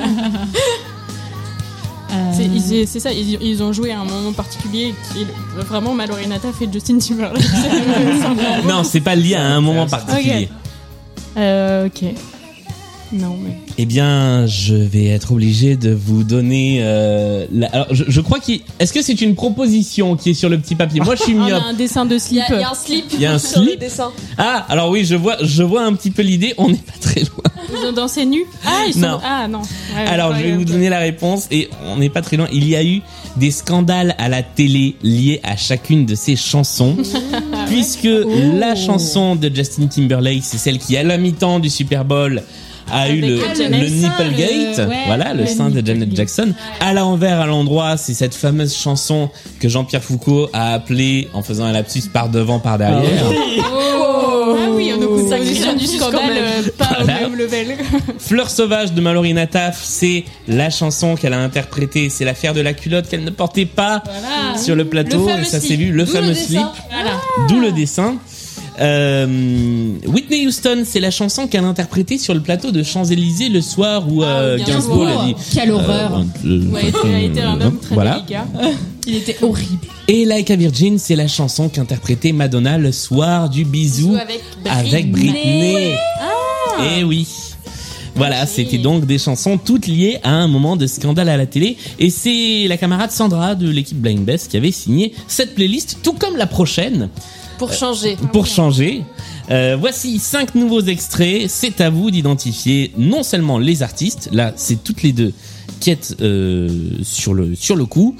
B: C'est ils- c'est ça, ils, ils ont joué à un moment particulier qui est vraiment Mallory Nataf et Justin Timberlake.
A: (laughs) non, c'est pas lié à un moment particulier.
B: Ok. Euh, ok. Non, mais.
A: Eh bien, je vais être obligé de vous donner. Euh, la- Alors, je, je crois qu'il. Est-ce que c'est une proposition qui est sur le petit papier Moi, je suis
B: Ah, on a
A: myope.
B: un dessin de slip.
H: Il y, a il y a un slip.
A: Il y
C: (laughs)
A: a un
H: sur
A: slip
H: le dessin.
A: Ah, alors oui, je vois, je vois un petit peu l'idée. On n'est pas très loin.
B: Ils ont dansé nus. Ah, ils sont.
A: Non.
B: Ah, non. Ouais,
A: Alors,
B: ouais,
A: je vais
B: ouais,
A: vous
B: ok.
A: donner la réponse et on n'est pas très loin. Il y a eu des scandales à la télé liés à chacune de ces
E: (laughs)
A: chansons,
E: Ah
A: puisque la chanson de Justin Timberlake, c'est celle qui, à la mi-temps du Super Bowl, a eu
B: Avec
A: le,
B: le
A: le
B: Janet
E: Sein,
A: Nipplegate,
E: le- ouais,
A: voilà, le
E: le
A: sein de Janet
E: Nipplegate.
A: Jackson. À l'envers, à l'endroit, c'est cette fameuse chanson que Jean-Pierre Foucault a appelée, en faisant un lapsus par devant, par derrière.
B: Ah oui, on écoute ça.
H: Ça crée
B: du scandale, euh, pas au
A: Voilà.
B: même (laughs) level.
A: Ah, ben. Fleur sauvage de Mallory Nataf, c'est la chanson qu'elle a interprétée, c'est l'affaire de la culotte qu'elle ne portait pas
B: Voilà.
A: sur le plateau,
E: Le fameux
A: et ça s'est
E: slip.
A: vu, le
E: D'où
A: fameux
E: le
A: slip, Ah.
E: dessin.
B: Voilà.
A: d'où le dessin. Euh, Whitney Houston, c'est la chanson qu'elle a interprétée sur le plateau de Champs-Élysées le soir où euh,
B: Ah, bien
A: Gainsbourg
B: sûr.
A: l'a dit.
E: Quelle horreur.
A: euh, de
B: Ouais,
A: façon,
B: il a été un
A: euh,
B: homme très
A: voilà.
B: délicat.
E: Il était horrible.
A: Et Like a Virgin, c'est la chanson qu'interprétait Madonna le soir du bisou
H: Ou avec
A: avec Britney. Et oui. Voilà, c'était donc des chansons toutes liées à un moment de scandale à la télé. Et c'est la camarade Sandra de l'équipe Blind Best qui avait signé cette playlist, tout comme la prochaine,
H: Pour
A: Euh,
H: changer.
A: pour changer. Euh, voici cinq nouveaux extraits. C'est à vous d'identifier non seulement les artistes, là c'est toutes les deux qui êtes euh, sur, le, sur le coup,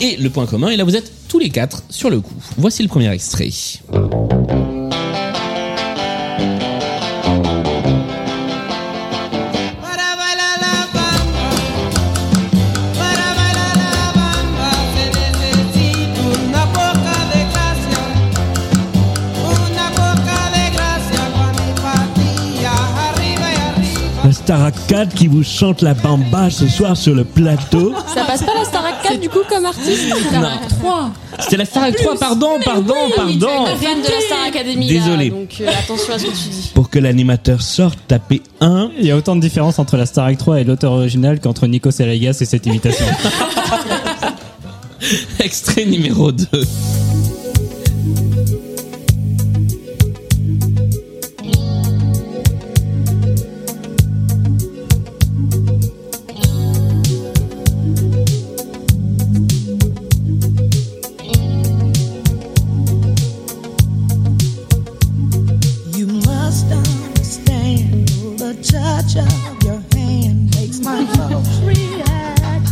A: et le point commun, et là vous êtes tous les quatre sur le coup. Voici le premier extrait.
I: Una boca de gracia, una boca de gracia para mi patilla, arriba y arriba.
K: Un Star 4 qui vous chante la bamba ce soir sur le plateau.
H: Ça passe pas la Starac 4 du coup comme artiste
A: Non.
E: 3.
A: C'était la Star 3, pardon, pardon, pardon.
H: fan de la Star Academy.
A: Désolé.
H: Là, donc euh, attention à ce que tu dis.
K: Pour que l'animateur sorte, tapez 1.
D: Il y a autant de différence entre la Star Trek 3 et l'auteur original qu'entre Nico Saligas et cette imitation.
A: Extrait numéro 2.
I: You must understand the touch of your hand makes my folks react.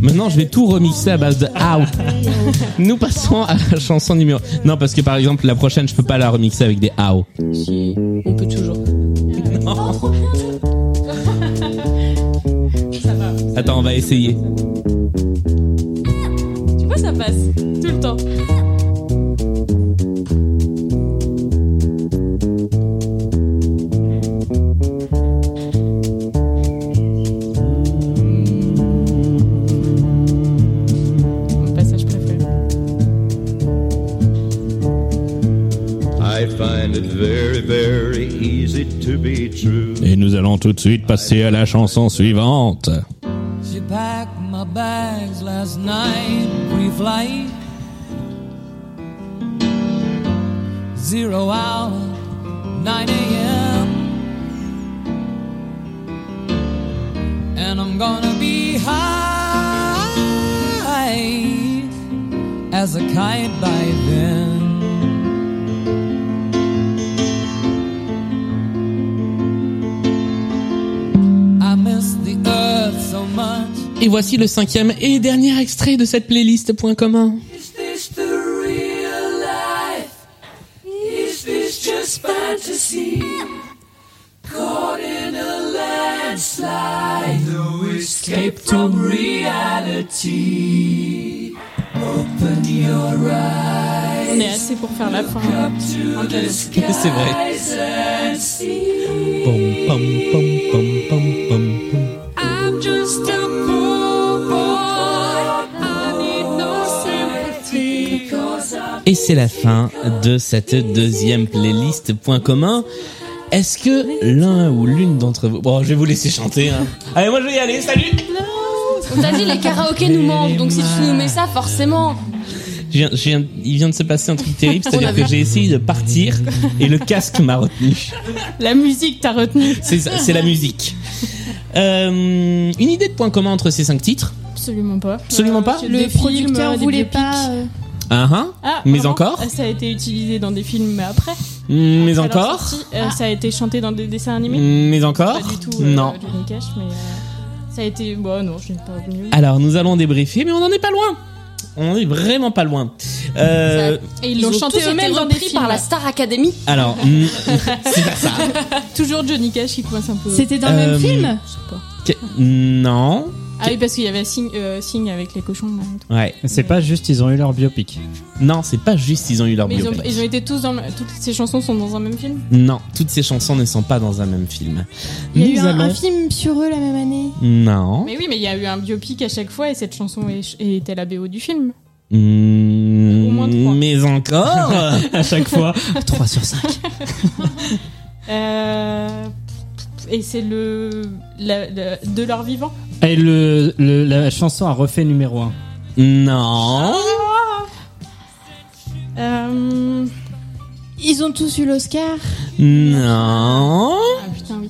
A: Maintenant, je vais tout remixer à base de How. Nous passons à la chanson numéro. Non, parce que par exemple, la prochaine, je peux pas la remixer avec des How.
H: On peut toujours.
A: Attends, on va essayer.
H: Tu vois, ça passe tout le temps.
B: Mon passage préféré.
L: I find it very, very easy to be true.
A: Et nous allons tout de suite passer à la chanson suivante.
M: She packed my bags last night, pre-flight. Zero hour, 9 a.m. And I'm gonna be high as a kite by then. I miss the earth so much.
A: Et voici le cinquième et dernier extrait de cette playlist Point commun.
M: Is this the real life? Is this just fantasy? Caught in a landslide, no escape from reality. Open your eyes.
B: On est assez pour faire la fin. hein.
M: To the
A: (laughs) C'est vrai.
M: skies and see. I'm just a poor boy. I need no sympathy. Cause I'm
A: Et c'est la fin de cette deuxième playlist Point commun. Est-ce que l'un ou l'une d'entre vous... Bon, je vais vous laisser chanter. hein. Allez, moi je vais y aller, salut
C: On t'a dit, les karaokés nous manquent, donc si tu nous mets ça, forcément.
A: Je viens- je viens- Il vient de se passer un truc terrible, c'est-à-dire que j'ai essayé de partir et le casque m'a retenu.
B: La musique t'as retenu.
A: C'est ça, c'est la musique. Euh, une idée de point commun entre ces cinq titres
B: Absolument pas.
A: Absolument pas
B: Le producteur voulait pas. euh,
A: Ah, ah.
B: Ah,
A: Mais
B: vraiment
A: encore
B: Ah, Ça a été utilisé dans des films, mais après.
A: Mais
B: Après leur
A: encore
B: sortie, euh, Ça a été chanté dans des dessins animés.
A: Mais encore
B: Pas du tout. euh,
A: Non.
B: Johnny Cash, mais euh, ça a été. Bon, non, je n'ai pas revenu.
A: Alors, nous allons débriefer, mais on n'en est pas loin. On en est vraiment pas loin. Euh,
B: Et ils l'ont
C: Ils ont
B: chanté
C: tous été
B: eux-mêmes dans des
C: repris
B: films.
C: par la Star Academy.
A: alors, mm, c'est pas ça.
B: Toujours Johnny Cash qui coince un peu.
E: C'était dans
A: le même Euh, film
B: Je sais pas.
A: Que- non.
B: Ah oui, parce qu'il y avait Sing, euh, Sing avec les cochons. là, et tout.
A: Ouais.
D: (laughs) C'est pas juste, ils ont eu leur biopic.
A: Non, c'est pas juste, ils ont eu leur
B: Mais ils ont,
A: biopic.
B: ils ont été tous dans. le- Toutes ces chansons sont dans un même film
A: Non, toutes ces chansons ne sont pas dans un même film.
E: Il y a eu
A: Nous
E: un, un
A: allons-
E: film sur eux la même année.
A: Non.
B: Mais oui, mais il y a eu un biopic à chaque fois et cette chanson est- était la BO du film.
A: Mm,
B: Au moins trois.
A: mais encore
B: (laughs)
D: à chaque fois, 3 sur 5.
B: Euh, et c'est le, la- la- de leur vivant.
D: Et le, le- la chanson a refait numéro 1.
A: Non.
B: Euh,
E: Ils ont tous eu l'Oscar.
A: Non.
B: Ah putain oui.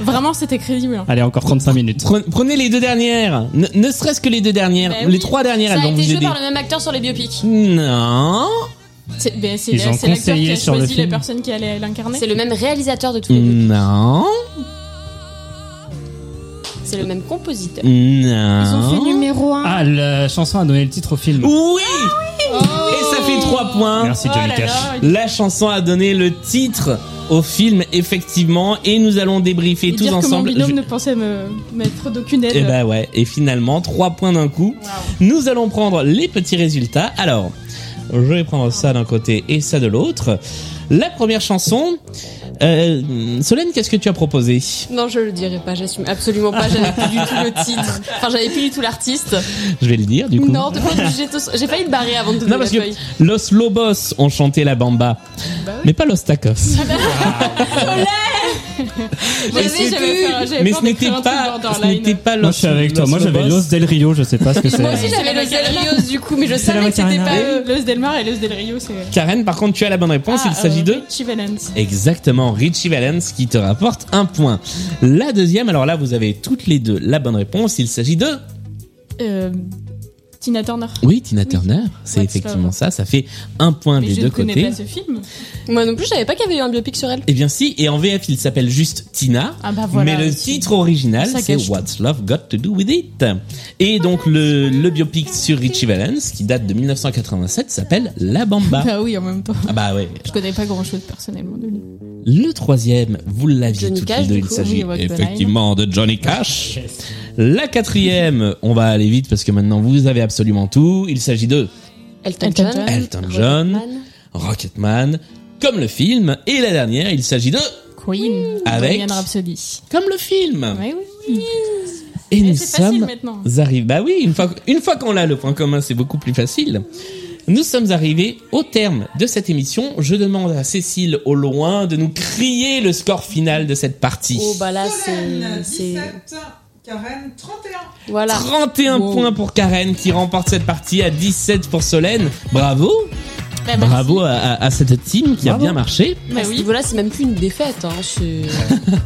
B: Vraiment, c'était crédible. hein.
D: Allez, encore 35 minutes.
A: Pre- Prenez les deux dernières. Ne, ne serait-ce que les deux dernières.
B: Bah
A: les
B: oui.
A: trois dernières,
C: Ça
A: elles
C: a
A: vont
C: été
A: vous
C: joué
A: aider.
C: par le même acteur sur les biopics.
A: Non.
B: C'est ben, c'est
D: Ils
B: la-
D: ont
B: c'est l'acteur qui
D: conseillé
B: a
D: sur le
B: choisi la
D: film.
B: personne qui allait l'incarner.
C: C'est le même réalisateur de tous les
A: Hmm.
C: biopics.
A: Non.
C: C'est le même compositeur.
E: Ils ont fait
A: Non.
E: numéro 1.
D: Ah, la chanson a donné le titre au film.
A: Oui Et ça fait trois points.
D: Merci
B: Oh
D: Johnny
B: là
D: Cash.
B: là,
A: La chanson a donné le titre au film, effectivement, et nous allons débriefer
B: et
A: tous
B: dire
A: ensemble.
B: que mon binôme
A: Je-
B: ne pensait me mettre d'aucune aide.
A: Eh ben ouais, et finalement, trois points d'un coup. Nous allons prendre les petits résultats. Alors, je vais prendre ça d'un côté et ça de l'autre. La première chanson, euh, Solène, qu'est-ce que tu as proposé
C: Non, je le dirai pas, j'assume absolument pas. J'avais plus du tout le titre. Enfin, j'avais plus du tout l'artiste.
A: Je vais le dire, du coup.
C: Non, t'es pas obligé de- J'ai failli te barrer avant de te
A: Non,
C: donner la
A: parce que
C: feuille.
A: Los Lobos ont chanté la bamba,
B: Bah
A: mais pas Los
B: (laughs)
A: Tacos.
B: J'avais-
A: c'était-
B: j'avais peur- j'avais
A: Mais
B: peur
A: ce n'était
B: d'écrire un truc
A: pas, ce
B: borderline.
A: n'était pas Los
D: Moi je suis avec toi, moi j'avais
A: Lobos.
D: Los Del Rio, je sais pas ce que c'est.
C: Moi
B: (laughs)
C: aussi, j'avais le
B: C'est la
C: Zerios du coup, mais je
D: C'est la
C: savais que c'était
D: Macarena.
C: pas eux.
B: Euh, Los Del Mar et Los Del Rio, c'est.
A: Karen, par contre, tu as la bonne réponse.
B: Ah,
A: Il s'agit
B: euh,
A: de
B: Richie Valens.
A: exactement Richie Valens qui te rapporte un point. La deuxième, alors là, vous avez toutes les deux la bonne réponse. Il s'agit de
B: Euh, Tina Turner.
A: Oui, Tina Turner, c'est
B: What's
A: effectivement
B: Love.
A: ça. Ça fait un point
B: Mais
A: des
B: je
A: deux
B: ne connais
A: côtés.
B: pas ce film.
C: Moi non plus, je savais pas qu'il y avait eu un biopic sur elle.
A: Eh bien si, et en VF il s'appelle juste Tina,
C: Ah bah voilà,
A: mais le
C: aussi.
A: titre original
C: Ça
A: c'est
C: cache tout.
A: What's Love Got to Do With It. Et donc le, le biopic sur Richie Valens, qui date de 1987, s'appelle La
B: (laughs)
A: Bamba.
B: Bah oui, en même temps.
A: Ah bah ouais.
B: Je connais pas grand chose personnellement de lui.
A: Le troisième, vous l'aviez
B: Johnny
A: toutes
B: Cash,
A: les deux,
B: du
A: il
B: coup,
A: s'agit
B: oui, Walk the Line.
A: effectivement de Johnny Cash. La quatrième, on va aller vite parce que maintenant vous avez absolument tout, il s'agit de
C: Elton,
B: Elton
C: John.
A: Elton John, Rocketman, comme le film, et la dernière, il s'agit de...
B: Queen.
A: Avec-
B: Bohemian Rhapsody.
A: Comme le film.
B: Ouais, oui.
A: Et nous
B: c'est facile
A: sommes
B: maintenant.
A: arrivés. Bah oui, une fois, une fois qu'on l'a, le point commun, c'est beaucoup plus facile. Nous sommes arrivés au terme de cette émission. Je demande à Cécile au loin de nous crier le score final de cette partie.
H: Oh bah là
C: Solène,
H: c'est c'est
I: 17, Karen, 31.
H: voilà.
A: 31
H: Wow.
A: points pour Karen qui remporte cette partie à 17 pour Solène. Bravo.
B: Bah,
C: Bah,
A: Bravo à, à- à cette team qui
C: Bravo.
A: a bien marché.
C: Mais oui, voilà, c'est même plus une défaite. Hein. C'est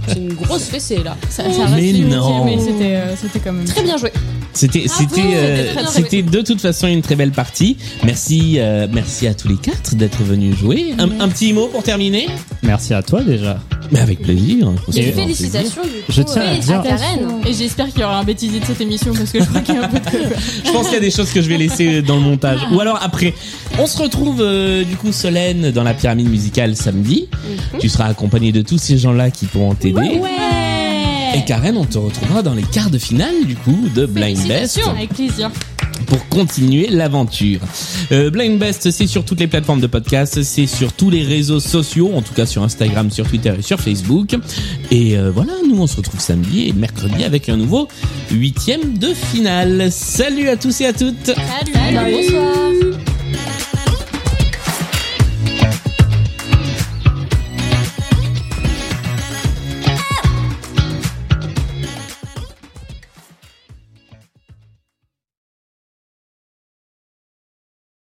C: c'est une grosse fessée là. Oh.
B: Ça, ça reste
A: bah, Mais
B: limité,
A: non.
B: mais c'était, euh, c'était quand même.
C: Très bien joué.
A: C'était c'était
C: oui,
A: euh,
C: c'était très bien
A: c'était de toute façon une très belle partie. Merci euh, merci à tous les quatre d'être venus jouer. Un, un petit mot pour terminer.
D: Merci à toi déjà.
A: Mais avec plaisir.
D: Et-
B: Félicitations,
H: du
D: Je tiens à dire-
B: Karen. Et j'espère qu'il y aura un bêtisier de cette émission parce que je crois qu'il y a un peu de.
A: Je pense qu'il y a des choses que je vais
C: (laughs)
A: laisser dans le montage. Ou alors après, on se retrouve euh, du coup Solène dans la pyramide musicale samedi.
C: Mhm.
A: Tu seras accompagnée de tous ces gens-là qui pourront t'aider. Et Karen, on te retrouvera dans les quarts de finale du coup de Blind Best.
B: Félicitations, Avec plaisir.
A: pour continuer l'aventure. Euh, Blind Best, c'est sur toutes les plateformes de podcast, c'est sur tous les réseaux sociaux, en tout cas sur Instagram, sur Twitter et sur Facebook. Et euh, voilà, nous on se retrouve samedi et mercredi avec un nouveau huitième de finale. Salut à tous et à toutes.
B: Salut. Bonsoir.